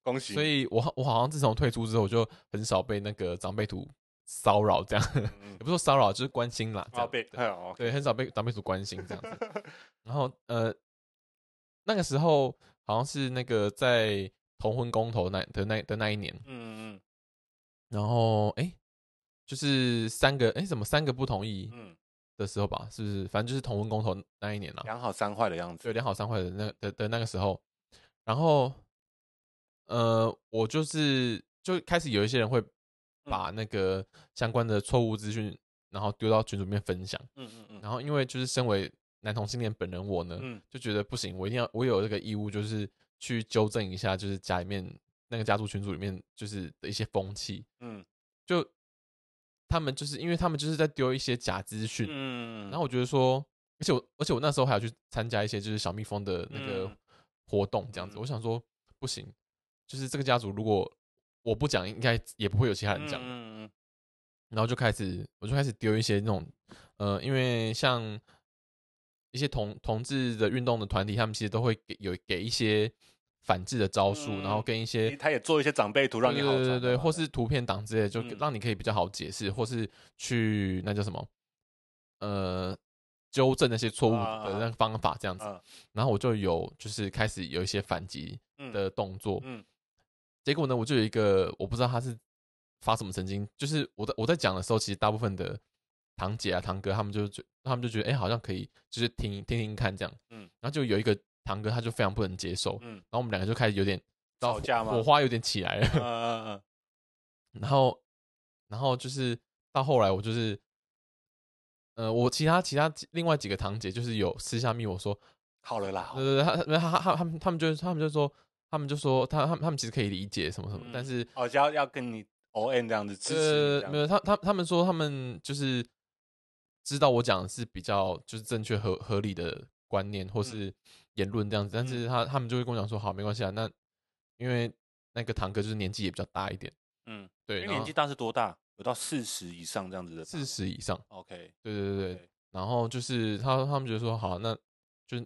恭喜！所以我好我好像自从退出之后，我就很少被那个长辈图骚扰，这样 也嗯不是说骚扰，就是关心啦，这啊样被对哎哦，对，很少被长辈组关心这样子。然后呃，那个时候好像是那个在同婚公投那的那的那一年，嗯嗯然后哎、诶就是三个哎、诶怎么三个不同意嗯，的时候吧，是不是？反正就是同婚公投那一年啦，良好三坏的样对，子。良好三坏的那的的那个时候，然后呃，我就是就开始有一些人会嗯把那个相关的错误资讯，然后丢到群组里面分享。嗯嗯嗯然后因为就是身为男同性恋本人我呢，嗯就觉得不行，我一定要我有这个义务，就是去纠正一下，就是家里面那个家族群组里面就是的一些风气，嗯就他们就是因为他们就是在丢一些假资讯，嗯，然后我觉得说，而且我而且我那时候还有去参加一些就是小蜜蜂的那个嗯活动，这样子，嗯我想说不行，就是这个家族如果我不讲，应该也不会有其他人讲，嗯嗯然后就开始，我就开始丢一些那种，呃，因为像一些同同志的运动的团体，他们其实都会给有给一些反制的招数，然后嗯跟一嗯，些他也做一些长辈图让你好对对传对对，嘛或是图片档之类的，就嗯让你可以比较好解释，或是去那叫什么，呃，纠正那些错误啊的那个方法这样子。嗯然后我就有就是开始有一些反击嗯的动作，嗯结果呢，我就有一个我不知道他是发什么神经，就是我在我在讲的时候，其实大部分的堂姐啊、堂哥他们就觉他们就觉得，哎、好像可以，就是听听听看这样。嗯然后就有一个堂哥他就非常不能接受，嗯然后我们两个就开始有点吵架吗火花有点起来了。 嗯嗯嗯然后，然后就是到后来，我就是，呃，我其他其他几另外几个堂姐就是有私下密我说， 好了啦，好了呃，他他他他他们他们就他们就说，他们就说他他们他们其实可以理解什么什么，但嗯是哦，就要要跟你 O N 这样子支持你这呃，样没子，有他他他们说他们就是知道我讲的是比较就是正确合合理的观念嗯或是言论这样子，但是他他们就会跟我讲说，好，没关系啊，那因为那个堂哥就是年纪也比较大一点，嗯，因对，为然年后纪大是多大？有到四十以上这样子的吧，四十以上。 OK，对对对对对，然后就是他他们觉得说好，啊那就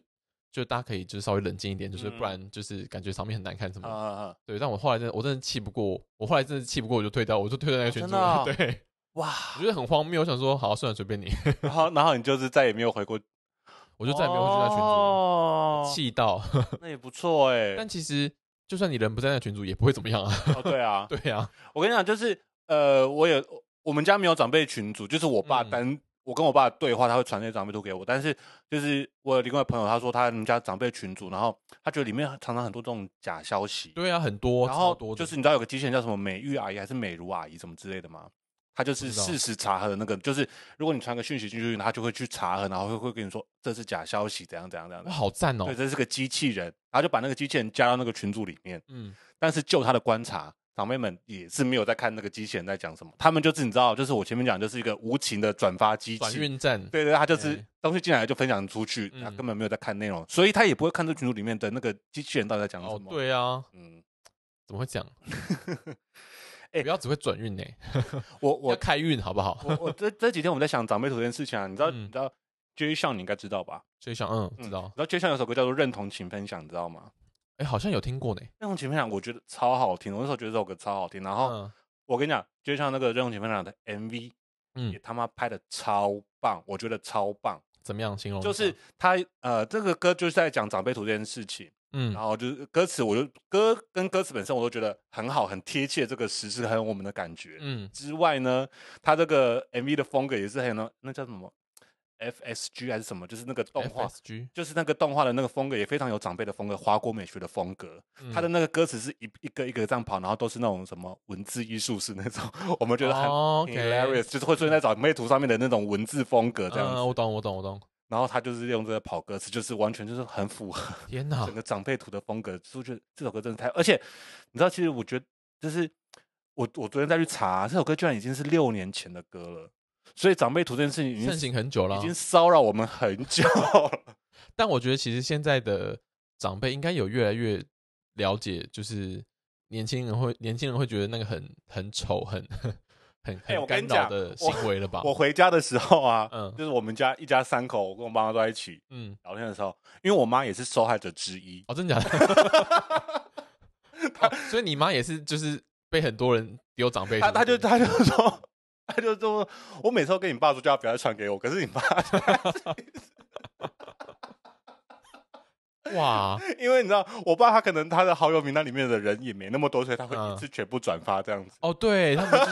就大家可以就是稍微冷静一点，就是嗯不然就是感觉场面很难看什么啊的。啊啊！对，但我后来真的我真的气不过，我后来真的气不过，我就退掉，我就退到那个哦群真组的了。 哦对，哇，我觉得很荒谬，我想说好，啊算了，随便你，然后然后你就是再也没有回过，我我就再也没有回去那群组，哦，气到。那也不错哎。 但其实就算你人不在那群组，也不会怎么样啊。 哦，对 啊，对啊，我跟你讲，就是呃，我有我们家没有长辈群组，就是我爸嗯单、我跟我爸对话，他会传那些长辈图给我。但是就是我有另外一个朋友，他说他们家长辈群组，然后他觉得里面常常很多这种假消息，对啊，很多，然超后多的就是你知道有个机器人叫什么美玉阿姨还是美如阿姨什么之类的吗？他就是不知道事实查核的那个，就是如果你传个讯息进去，他就会去查核，然后会会跟你说这是假消息，怎样怎样怎样哇，的。好赞哦对，。这是个机器人，他就把那个机器人加到那个群组里面。嗯，但是就他的观察，长辈们也是没有在看那个机器人在讲什么，他们就是你知道，就是我前面讲，就是一个无情的转发机转器。运站，对对，他就是对东西进来就分享出去，他嗯根本没有在看内容，所以他也不会看这群组里面的那个机器人到底在讲什哦，么。，对啊，嗯，怎么会这样？ 哎不要只会转运呢，我要我开运好不好？我我这这几天我们在想长辈图这件事情啊，你知道、嗯你知道 J 项你应该知道吧？所以想，嗯，嗯知道。然后 J 项有首歌叫做《认同请分享》，你知道吗？哎、好像有听过呢。 《认同请分享》我觉得超好听，我那时候觉得这首歌超好听。然后嗯，我跟你讲，J 项那个《认同请分享》的 MV 也嗯，他妈拍的超棒，我觉得超棒。怎么哦样形容一下？就是他呃，这个歌就是在讲长辈图这件事情，嗯然，后就是歌词，我就歌跟歌词本身我都觉得很好，很贴切这个时事，很有我们的感觉。嗯，之外呢，他这个 MV 的风格也是很有那那叫什么 FSG 还是什么，就是那个动画， FSG，就是那个动画的那个风格也非常有长辈的风格，华国美学的风格。他的嗯那个歌词是一一个一个这样跑，然后都是那种什么文字艺术式那种， 我们觉得很哦 OK hilarious，、就是会出现在长辈图上面的那种文字风格这样子。嗯，我懂，我懂，我懂。然后他就是用这个跑歌词，就是完全就是很符合天哪整，个长辈图的风格，就觉得这首歌真的太……而且你知道，其实我觉得就是我我昨天再去查，这首歌居然已经是六年前的歌了，所以长辈图这件事情已盛经行很久了已啊。经骚扰我们很 久了。但我觉得其实现在的长辈应该有越来越了解，就是年轻人会年轻人会觉得那个很很丑、很 很哎我很跟干你扰讲的我行为了吧？我回家的时候啊，嗯就是我们家一家三口，我跟我妈妈都在一起嗯，聊天的时候，因为我妈也是受害者之一，哦，真的假的？ 哦所以你妈也是，就是被很多人丢长辈图，她她就她就说。她就说，我每次都跟你爸说，叫他不要再传给我。可是你爸 哇，因为你知道，我爸他可能他的好友名单里面的人也没那么多，所以他会嗯一次全部转发这样子。哦，对他们就是，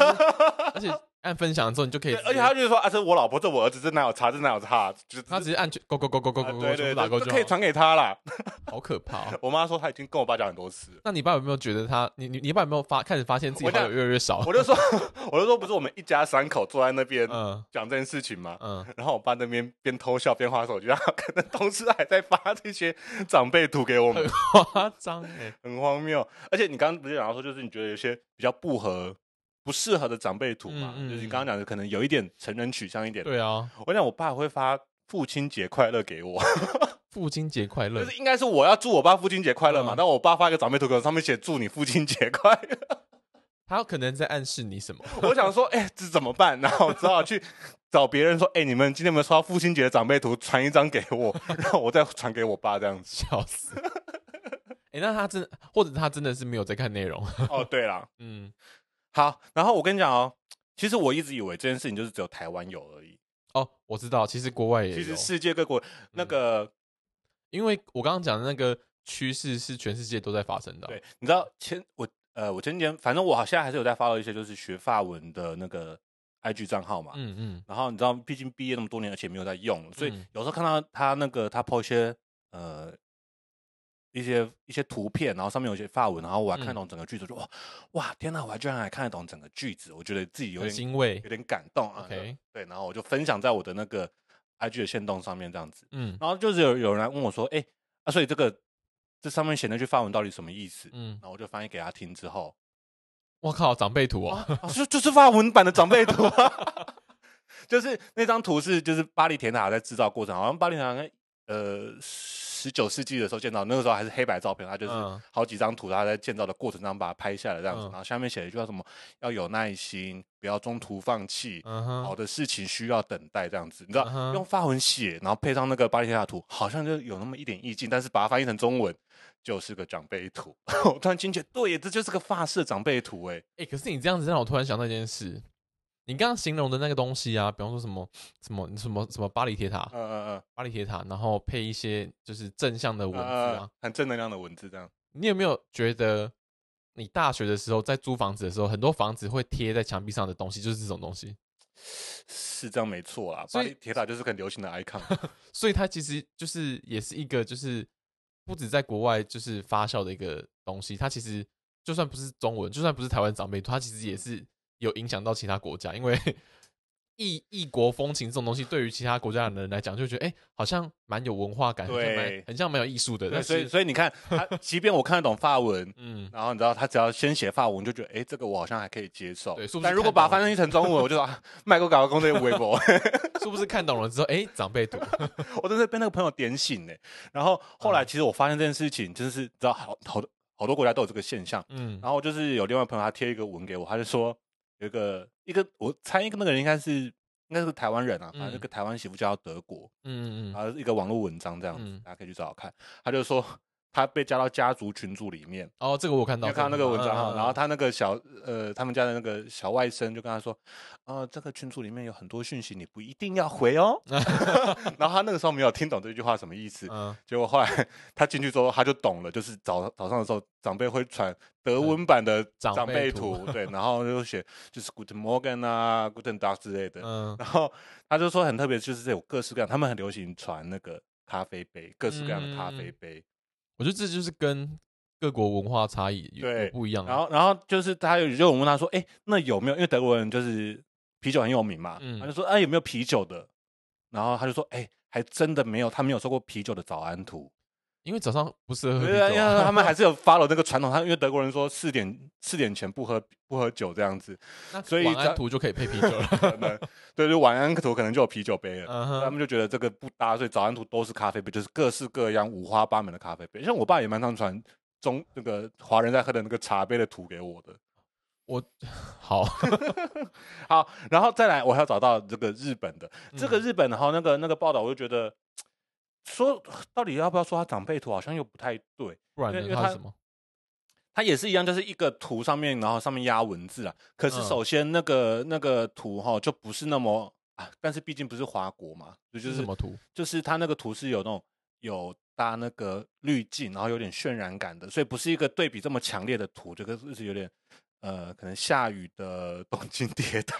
而 且按分享之后你就可以直，对接，而且他就是说啊，这是我老婆，这我儿子，这哪有差，这哪有差，就是他只是按勾勾勾勾勾啊勾勾对全对部打对，勾这就可以好，传给他啦。 好可怕哦。我妈说她已经跟我爸讲很多次了，那你爸有没有觉得他，你你你爸有没有发开始发现自己我好讲友越来越少？我就说 我就说不是我们一家三口坐在那边嗯讲这件事情吗？ 嗯，然后我爸那边边偷笑边划手机，然后可能同事还在发这些长辈图给我们，夸张 哎，很荒谬。而且你刚刚不是讲到说，就是你觉得有些比较不合、不适合的长辈图嘛？嗯嗯就是你嗯刚刚讲的，可能有一点成人取向一点。对啊，我讲我爸会发父亲节快乐给我，父亲节快乐就！是应该是我要祝我爸父亲节快乐嘛。嗯但我爸发一个长辈图，可能上面写祝你父亲节快乐。他可能在暗示你什么？ 我想说，哎、这怎么办？然后我只好去找别人说，哎、你们今天有没有收到父亲节的长辈图？传一张给我，然后我再传给我爸这样子。 笑死！ 哎、那他真，或者他真的是没有在看内容。 哦，对啦，嗯，好，然后我跟你讲哦，其实我一直以为这件事情就是只有台湾有而已，哦，我知道，其实国外也有，嗯其实世界各国那个。因为我刚刚讲的那个趋势是全世界都在发生的啊。对，你知道前我呃，我前几天反正我好像还是有在发了一些就是学法文的那个 IG 账号嘛。嗯嗯然后你知道，毕竟毕业那么多年，而且没有在用，所以嗯有时候看到他那个他 po 一些呃一些一些图片，然后上面有一些法文，然后我还看得嗯懂整个句子，我就哇哇天哪，我还居然还看得懂整个句子，我觉得自己有很点欣慰有。点感动啊。 OK，对，然后我就分享在我的那个 IG 的线动上面这样子。嗯然后就是有有人来问我说：“哎、啊，所以这个这上面写那句法文到底什么意思？”嗯 然，后我就翻译给他听之后，我靠，长辈图哦，啊，就就是法文版的长辈图、啊， 就是那张图是就是巴黎铁塔在制造过程，好像巴黎铁塔应该呃十九世纪的时候建造，那个时候还是黑白照片，它就是嗯好几张图，它在建造的过程当中把它拍下来这样子，嗯然后下面写了一句话什么要有耐心，不要中途放弃。嗯哼，好的事情需要等待，这样子，你知道嗯哼用法文写，然后配上那个巴黎铁塔图，好像就有那么一点意境，但是把它翻译成中文，就是个长辈图。 我突然惊觉，对耶，这就是个法式的长辈图，哎，哎、可是你这样子让我突然想到一件事，你刚刚形容的那个东西啊，比方说什么什么什么什么巴黎铁塔，嗯嗯巴黎铁塔，然后配一些就是正向的嗯，文字呃啊，很正能量的文字，这样。你有没有觉得，你大学的时候在租房子的时候，很多房子会贴在墙壁上的东西就是这种东西，是这样没错啦，所巴以黎铁塔就是个很流行的 icon，所以它其实就是也是一个就是不止在国外就是发酵的一个东西，它其实就算不是中文，就算不是台湾长辈图，它其实也是有影响到其他国家，因为 异异国风情这种东西，对于其他国家的人来讲，就觉得哎、好像蛮有文化感，很像蛮对很像蛮有艺术的，对，但所以是所以你看，他即便我看得懂法文，嗯，然后你知道他只要先写法文，就觉得哎、诶这个我好像还可以接受。对是不是但如果看把它懂了翻译成中文，我就说啊，麦克搞个工作微博，是不是看懂了之后，哎、长辈 图，我真是被那个朋友点醒呢。欸然后后嗯来其实我发现这件事情，就是你知道好好多好多国家都有这个现象。嗯然后就是有另外一个朋友他贴一个文给我，他就说有一个一个我猜一个那个人应该是应该是个台湾人啊，反嗯正这个台湾媳妇嫁到德国，嗯嗯然后一个网络文章这样子嗯，大家可以去找找看。他就说他被加到家族群组里面，哦，这个我有看你到，有看到那个文章哈，嗯然后他那个小呃，他们家的那个小外甥就跟他说，呃，这个群组里面有很多讯息，你不一定要回 哦。然后他那个时候没有听懂这句话什么意思，嗯结果后来他进去之后他就懂了，就是早早上的时候长辈会传德文版的嗯长长辈辈图图，对，然后就写就是 Good Morgan 啊，Good Dag 之类的，嗯然后他就说很特别，就是有各式各样，他们很流行传那个咖啡杯，各式各样的咖啡嗯杯。我觉得这就是跟各国文化差异有对有不一样啊。然后，然后就是他有就我问他说，哎，那有没有？因为德国人就是啤酒很有名嘛，嗯他就说啊有没有啤酒的？然后他就说，哎，还真的没有，他没有收过啤酒的早安图。因为早上不适合喝啤对啊，因酒为啊，他 们还是有 follow 那个传统，他因为德国人说四点四点前不喝不喝酒这样子，那所以晚早安图就可以配啤酒 了。可 能对，就晚安图可能就有啤酒杯了。嗯他哼，们就觉得这个不搭，所以早安图都是咖啡杯，就是各式各样五花八门的咖啡杯。像我爸也蛮常传中那个华人在喝的那个茶杯的图给我的。好，好，然后再来，我还要找到这个日本的， 这个嗯日本的哈，那个那个报道，我就觉得说到底要不要说它长辈图，好像又不太对。不然因为因呢？为它它是什么？它也是一样，就是一个图上面，然后上面压文字啊。可是嗯首先那个、那个图哈，就不是那么啊，但是毕竟不是华国嘛，所以就是是什么图？就是它那个图是有那种有搭那个滤镜，然后有点渲染感的，所以不是一个对比这么强烈的图，这个是有点呃，可能下雨的 东京铁塔，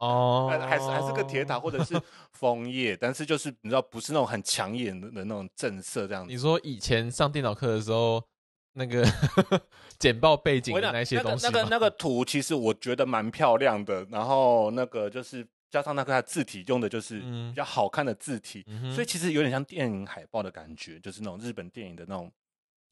哦还，还是还是个铁塔，。或者是枫叶，但是就是你知道不是那种很抢眼的的那种正色这样子你。说以前上电脑课的时候，那个 简报背景我的讲那些东西那吗，个那个那个图其实我觉得蛮漂亮的，然后那个就是加上那个它字体用的就是嗯比较好看的字体，嗯哼所以其实有点像电影海报的感觉，就是那种日本电影的那种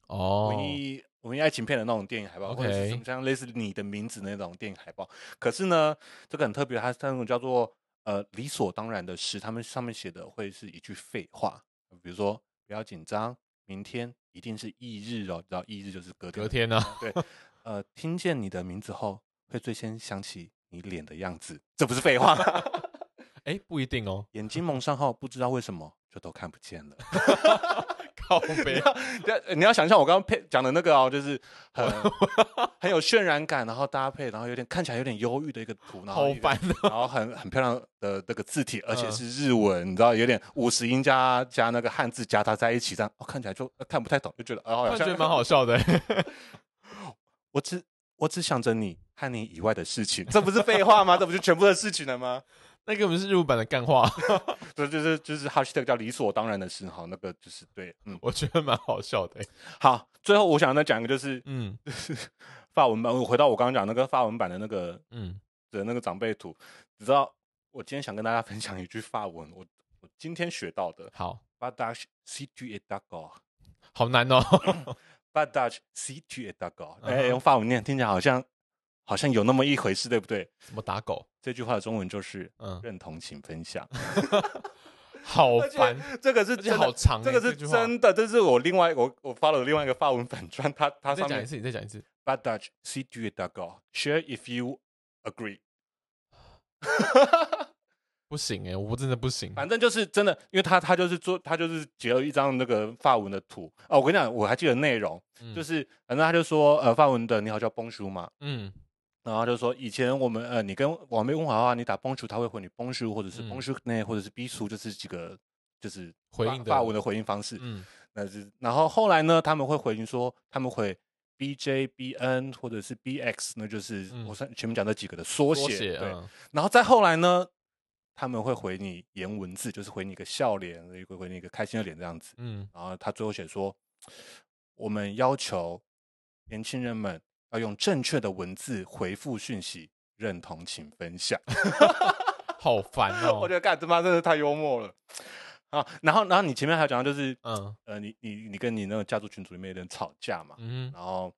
哦文，艺文艺爱情片的那种电影海报，或者是 OK 什么像类似你的名字那种电影海报。可是呢，这个很特别，它是那种叫做呃理所当然的事，他们上面写的会是一句废话，比如说不要紧张，明天一定是翌日哦，你知道翌日就是隔天隔的天啊呢、对，呃，听见你的名字后，会最先想起你脸的样子，这不是废话吗？ 哎，不一定哦，眼睛蒙上后，不知道为什么就都看不见了。 靠背对，呃你要想象我刚刚配讲的那个哦，就是很很有渲染感，然后搭配，然后有点看起来有点忧郁的一个图，然后好一个烦的，然后很很漂亮的那个字体，而且嗯是日文，你知道有点五十音加加那个汉字夹杂在一起，这样、哦、看起来就呃看不太懂，就觉得哦，突好然觉得像蛮好笑的。欸我只我只想着你和你以外的事情， 这不是废话吗？这不就全部的事情了吗？ 那个我们是日文版的干话， 对，就是就是 hashtag 叫理所当然的事，好，那个就是对，嗯，我觉得蛮好笑的。欸好，最后我想再讲一个，就是嗯法文版，我回到我刚刚讲那个法文版的那个嗯，的那个长辈图，你知道，我今天想跟大家 分享一句法文，我我今天学到的好 b a d a s h si tu es d'accord，b 好难哦。 a d a s h si tu es d'accord，嗯哎，哼用法文念听起来好像好像有那么一回事，对不对？什么打狗？这句话的中文就是嗯，认同请分 享，好而且烦，这个是而且真的好长欸。这个是句话真的，这是我另外我我发了另外一个发文粉专，它它你再上讲一面次，你再讲一次。 Bad Dutch C D 大高 Share if you agree，不行哎、我真的不行。反正就是真的，因为他他就是做他就是截了一张那个发文的图啊，我跟你讲，我还记得内容，嗯就是反正他就说呃发文的你好叫崩叔嘛，嗯然后他就说以前我们呃你跟网妹问好的话，你打崩叔他会回你崩叔或者是嗯崩叔内或者是 B 叔，就是几个就是回发应的发文的回应方式，嗯那是，然后后来呢，他们会回应说，他们会 B J B N 或者是 B X，那就是、嗯我上前面讲这几个的缩写。缩写对、嗯然后再后来呢，他们会回你颜文字，就是回你一个笑脸，一个回你一个开心的脸这样子。嗯然后他最后写说，我们要求年轻人们要用正确的文字回复讯息，认同请分享。好烦 我哦觉。得干他妈真的太幽默了啊！然后，然后你前面还有讲到就是。嗯呃，你你你跟你那个家族群组里面有点吵架嘛，嗯哼然后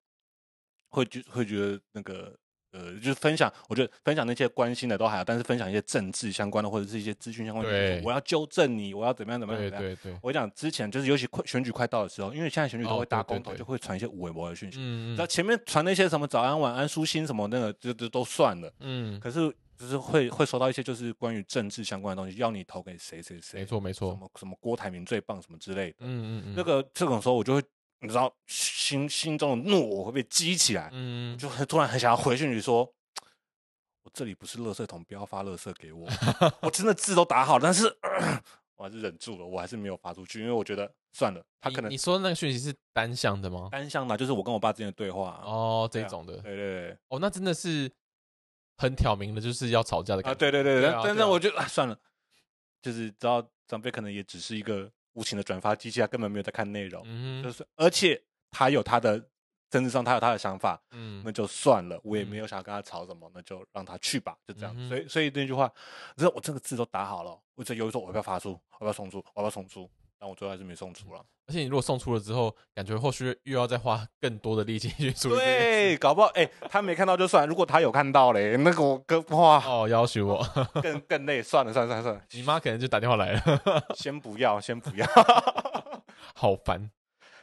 会觉会觉得那个呃，就是分享，我觉得分享那些关心的都还好，但是分享一些政治相关的或者是一些资讯相关的东西，对我要纠正你，我要怎么样怎么样对怎么样。对对，我讲之前就是，尤其快选举快到的时候，因为现在选举都哦会大对对公投，对就会传一些无微博的讯息。嗯那、前面传那些什么早安、晚安、舒心什么那个，就就都算了。嗯，可是就是会会收到一些就是关于政治相关的东西，要你投给谁谁谁，没错没什错，么什么郭台铭最棒什么之类的。嗯嗯嗯，那个这种时候我就会，你知道心心中的怒火会被激起来，嗯，就很突然很想要回去你说，我这里不是垃圾桶，不要发垃圾 给我。我真的字都打好，但是、我还是忍住了，我还是没有发出去，因为我觉得算了，他你可能你说那个讯息是单向的吗？单向的，就是我跟我爸之间的对话。哦，哦，这对啊种的，对对对，哦，那真的是很挑明的，就是要吵架的感啊，觉。对对对对，但啊但对是啊我觉得、啊、算了，就是知道长辈可能也只是一个无情的转发机器，他根本没有在看内容，嗯就哼是而且他有他的政治上他有他的想法，那嗯，就算了，我也没嗯有想要跟他吵什么，那就让他去吧，就这样。嗯哼所以，所以那句话，你知道我这个字都打好了，我这有一说我要不要发出，我要不要送出，我要不要送出，但我最后还是没送出了。而且你如果送出了之后，感觉后续又要再花更多的力气 去处理这件事。对，搞不好哎、他没看到就算，如果他有看到嘞，那个我跟哇哦，要求我， 更更累，算了算了算了算了，你妈可能就打电话来了， 先不要，先不要。好烦。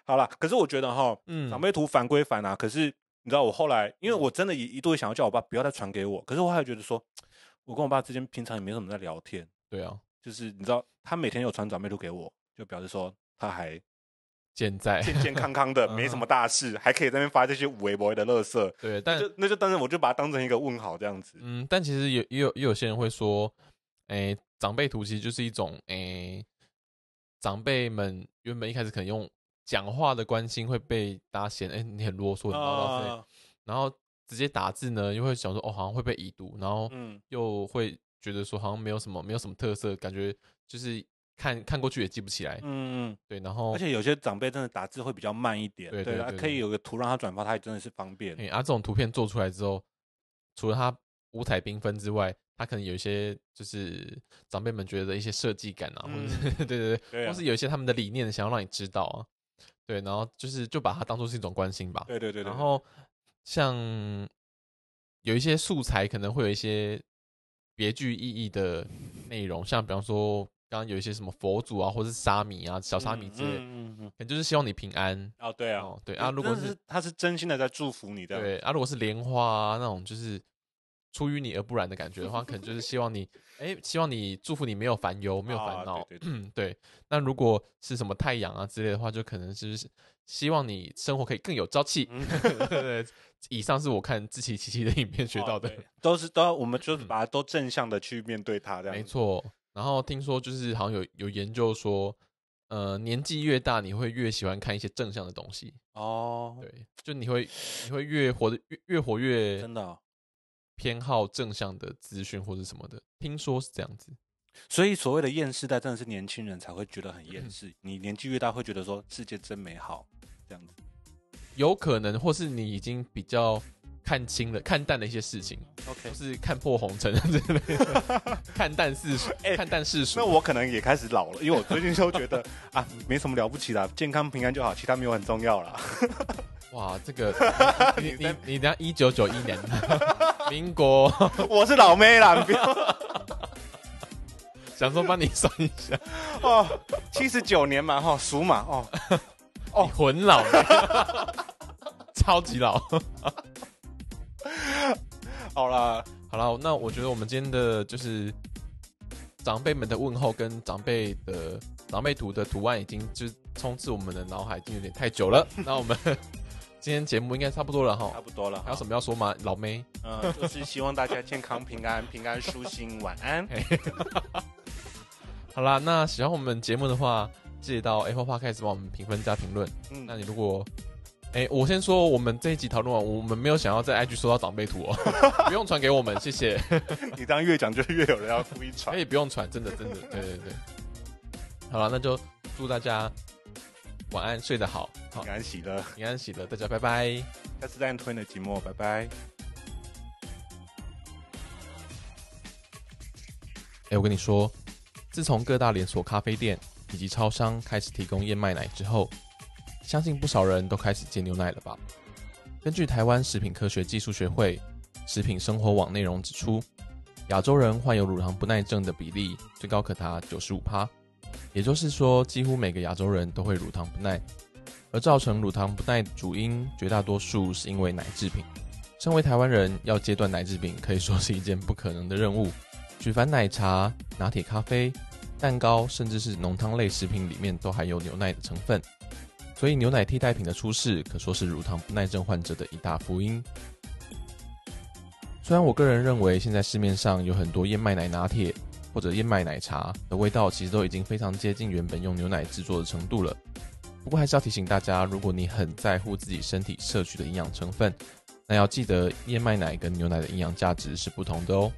好了，可是我觉得哈，嗯，长辈图烦归烦啊，可是你知道我后来，因为我真的一一度想要叫我爸不要再传给我，可是我还觉得说，我跟我爸之间平常也没什么在聊天。对啊，就是你知道，他每天有传长辈图给我，就表示说 他还现在健健康康的，没什么大事，还可以在那边发这些五维博的乐色， 对，嗯但就那就当然我就把它当成一个问号这样子。嗯，但其实也也有也有些人会说，诶、长辈图其实就是一种诶、长辈们原本一开始可能用讲话的关心会被大家嫌，诶、你很啰嗦，你唠叨之类的啊，然后直接打字呢，又会想说哦，好像会被已读，然后嗯，又会觉得说好像没有什么没有什么特色，感觉就是看看过去也记不起来，嗯，对，然后而且有些长辈真的打字会比较慢一点，哦对对对啊对可以对有个图让他转发，他也真的是方便。哎、啊，这种图片做出来之后，除了它五彩缤纷之外，它可能有一些就是长辈们觉得一些设计感啊，或者是 对对对，嗯对啊或是有一些他们的理念想要让你知道啊，对，然后就是就把它当做是一种关心吧。对对对对，然后像有一些素材可能会有一些别具意义的内容，像比方说刚刚有一些什么佛祖啊，或是沙弥啊、小沙弥之类，嗯嗯嗯嗯可能就是希望你平安。哦，对啊，哦，对啊，如果真的是是他是真心的在祝福你的，对啊，如果是莲花啊那种，就是出于你而不然的感觉的话，可能就是希望你，哎、希望你祝福你没有烦忧，没有啊烦恼、对对对 对那如果是什么太阳啊之类的话，就可能就是希望你生活可以更有朝气。嗯 对，以上是我看自欺欺欺的影片 学哦到的，嗯对都是都要我们就是把它都正向的去面对它，这 样没子，错。然后听说就是好像有有研究说，呃，年纪越大，你会越喜欢看一些正向的东西。哦，对，就你会你会越活得越越活越真的哦。偏好正向的资讯或者什么的，听说是这样子。所以所谓的厌世代，真的是年轻人才会觉得很厌世。你年纪越大，会觉得说世界真美好这样子。有可能，或是你已经比较看清了、看淡了一些事情， OK，就是看破红尘之类的， 看淡世俗，哎看淡世俗。 那我可能也开始老了，因为我最近就觉得啊，没什么了不起的，健康平安就好，其他没有很重要啦。 哇，这个你你你在你等下一九九一年， 民国我是老妹啦，你不要想说帮你算一下，哦，七十九年嘛，哈、属马哦，哦你混老， 超级老。好啦，好了，那我觉得我们今天的就是长辈们的问候跟长辈的长辈图的图案已经就是充斥我们的脑海，已经有点太久了。那我们 今天节目应该差不多了差哈，不多了，还有什么要说吗？老妹，嗯、就是希望大家健康平安，平安舒心，晚安。好啦，那喜欢我们节目的话，记得到 Apple Podcast 帮我们评分加评论。嗯那，你如果哎、我先说，我们这一集讨论完，我们没有想要在 IG 收到长辈图哦， 不用传给我们，谢谢。你当越讲就越有人要故意传可。以不用传，真的真的，对对对。好了，那就祝大家晚安，睡得好，好平安喜乐，平安喜乐，大家拜拜。下次再按推你的寂寞，拜拜。哎，我跟你说，自从各大连锁咖啡店以及超商开始提供燕麦奶之后，相信不少人都开始戒牛奶了吧？根据台湾食品科学技术学会食品生活网内容指出，亚洲人患有乳糖不耐症的比例最高可达九十五趴，也就是说，几乎每个亚洲人都会乳糖不耐。而造成乳糖不耐的主因，绝大多数是因为奶制品，身为台湾人，要戒断奶制品可以说是一件不可能的任务。举凡奶茶、拿铁、咖啡、蛋糕，甚至是浓汤类食品里面都含有牛奶的成分，所以牛奶替代品的出世可说是乳糖不耐症患者的一大福音。虽然我个人认为，现在市面上有很多燕麦奶拿铁或者燕麦奶茶的味道，其实都已经非常接近原本用牛奶制作的程度了。不过还是要提醒大家，如果你很在乎自己身体摄取的营养成分，那要记得燕麦奶跟牛奶的营养价值是不同的哦。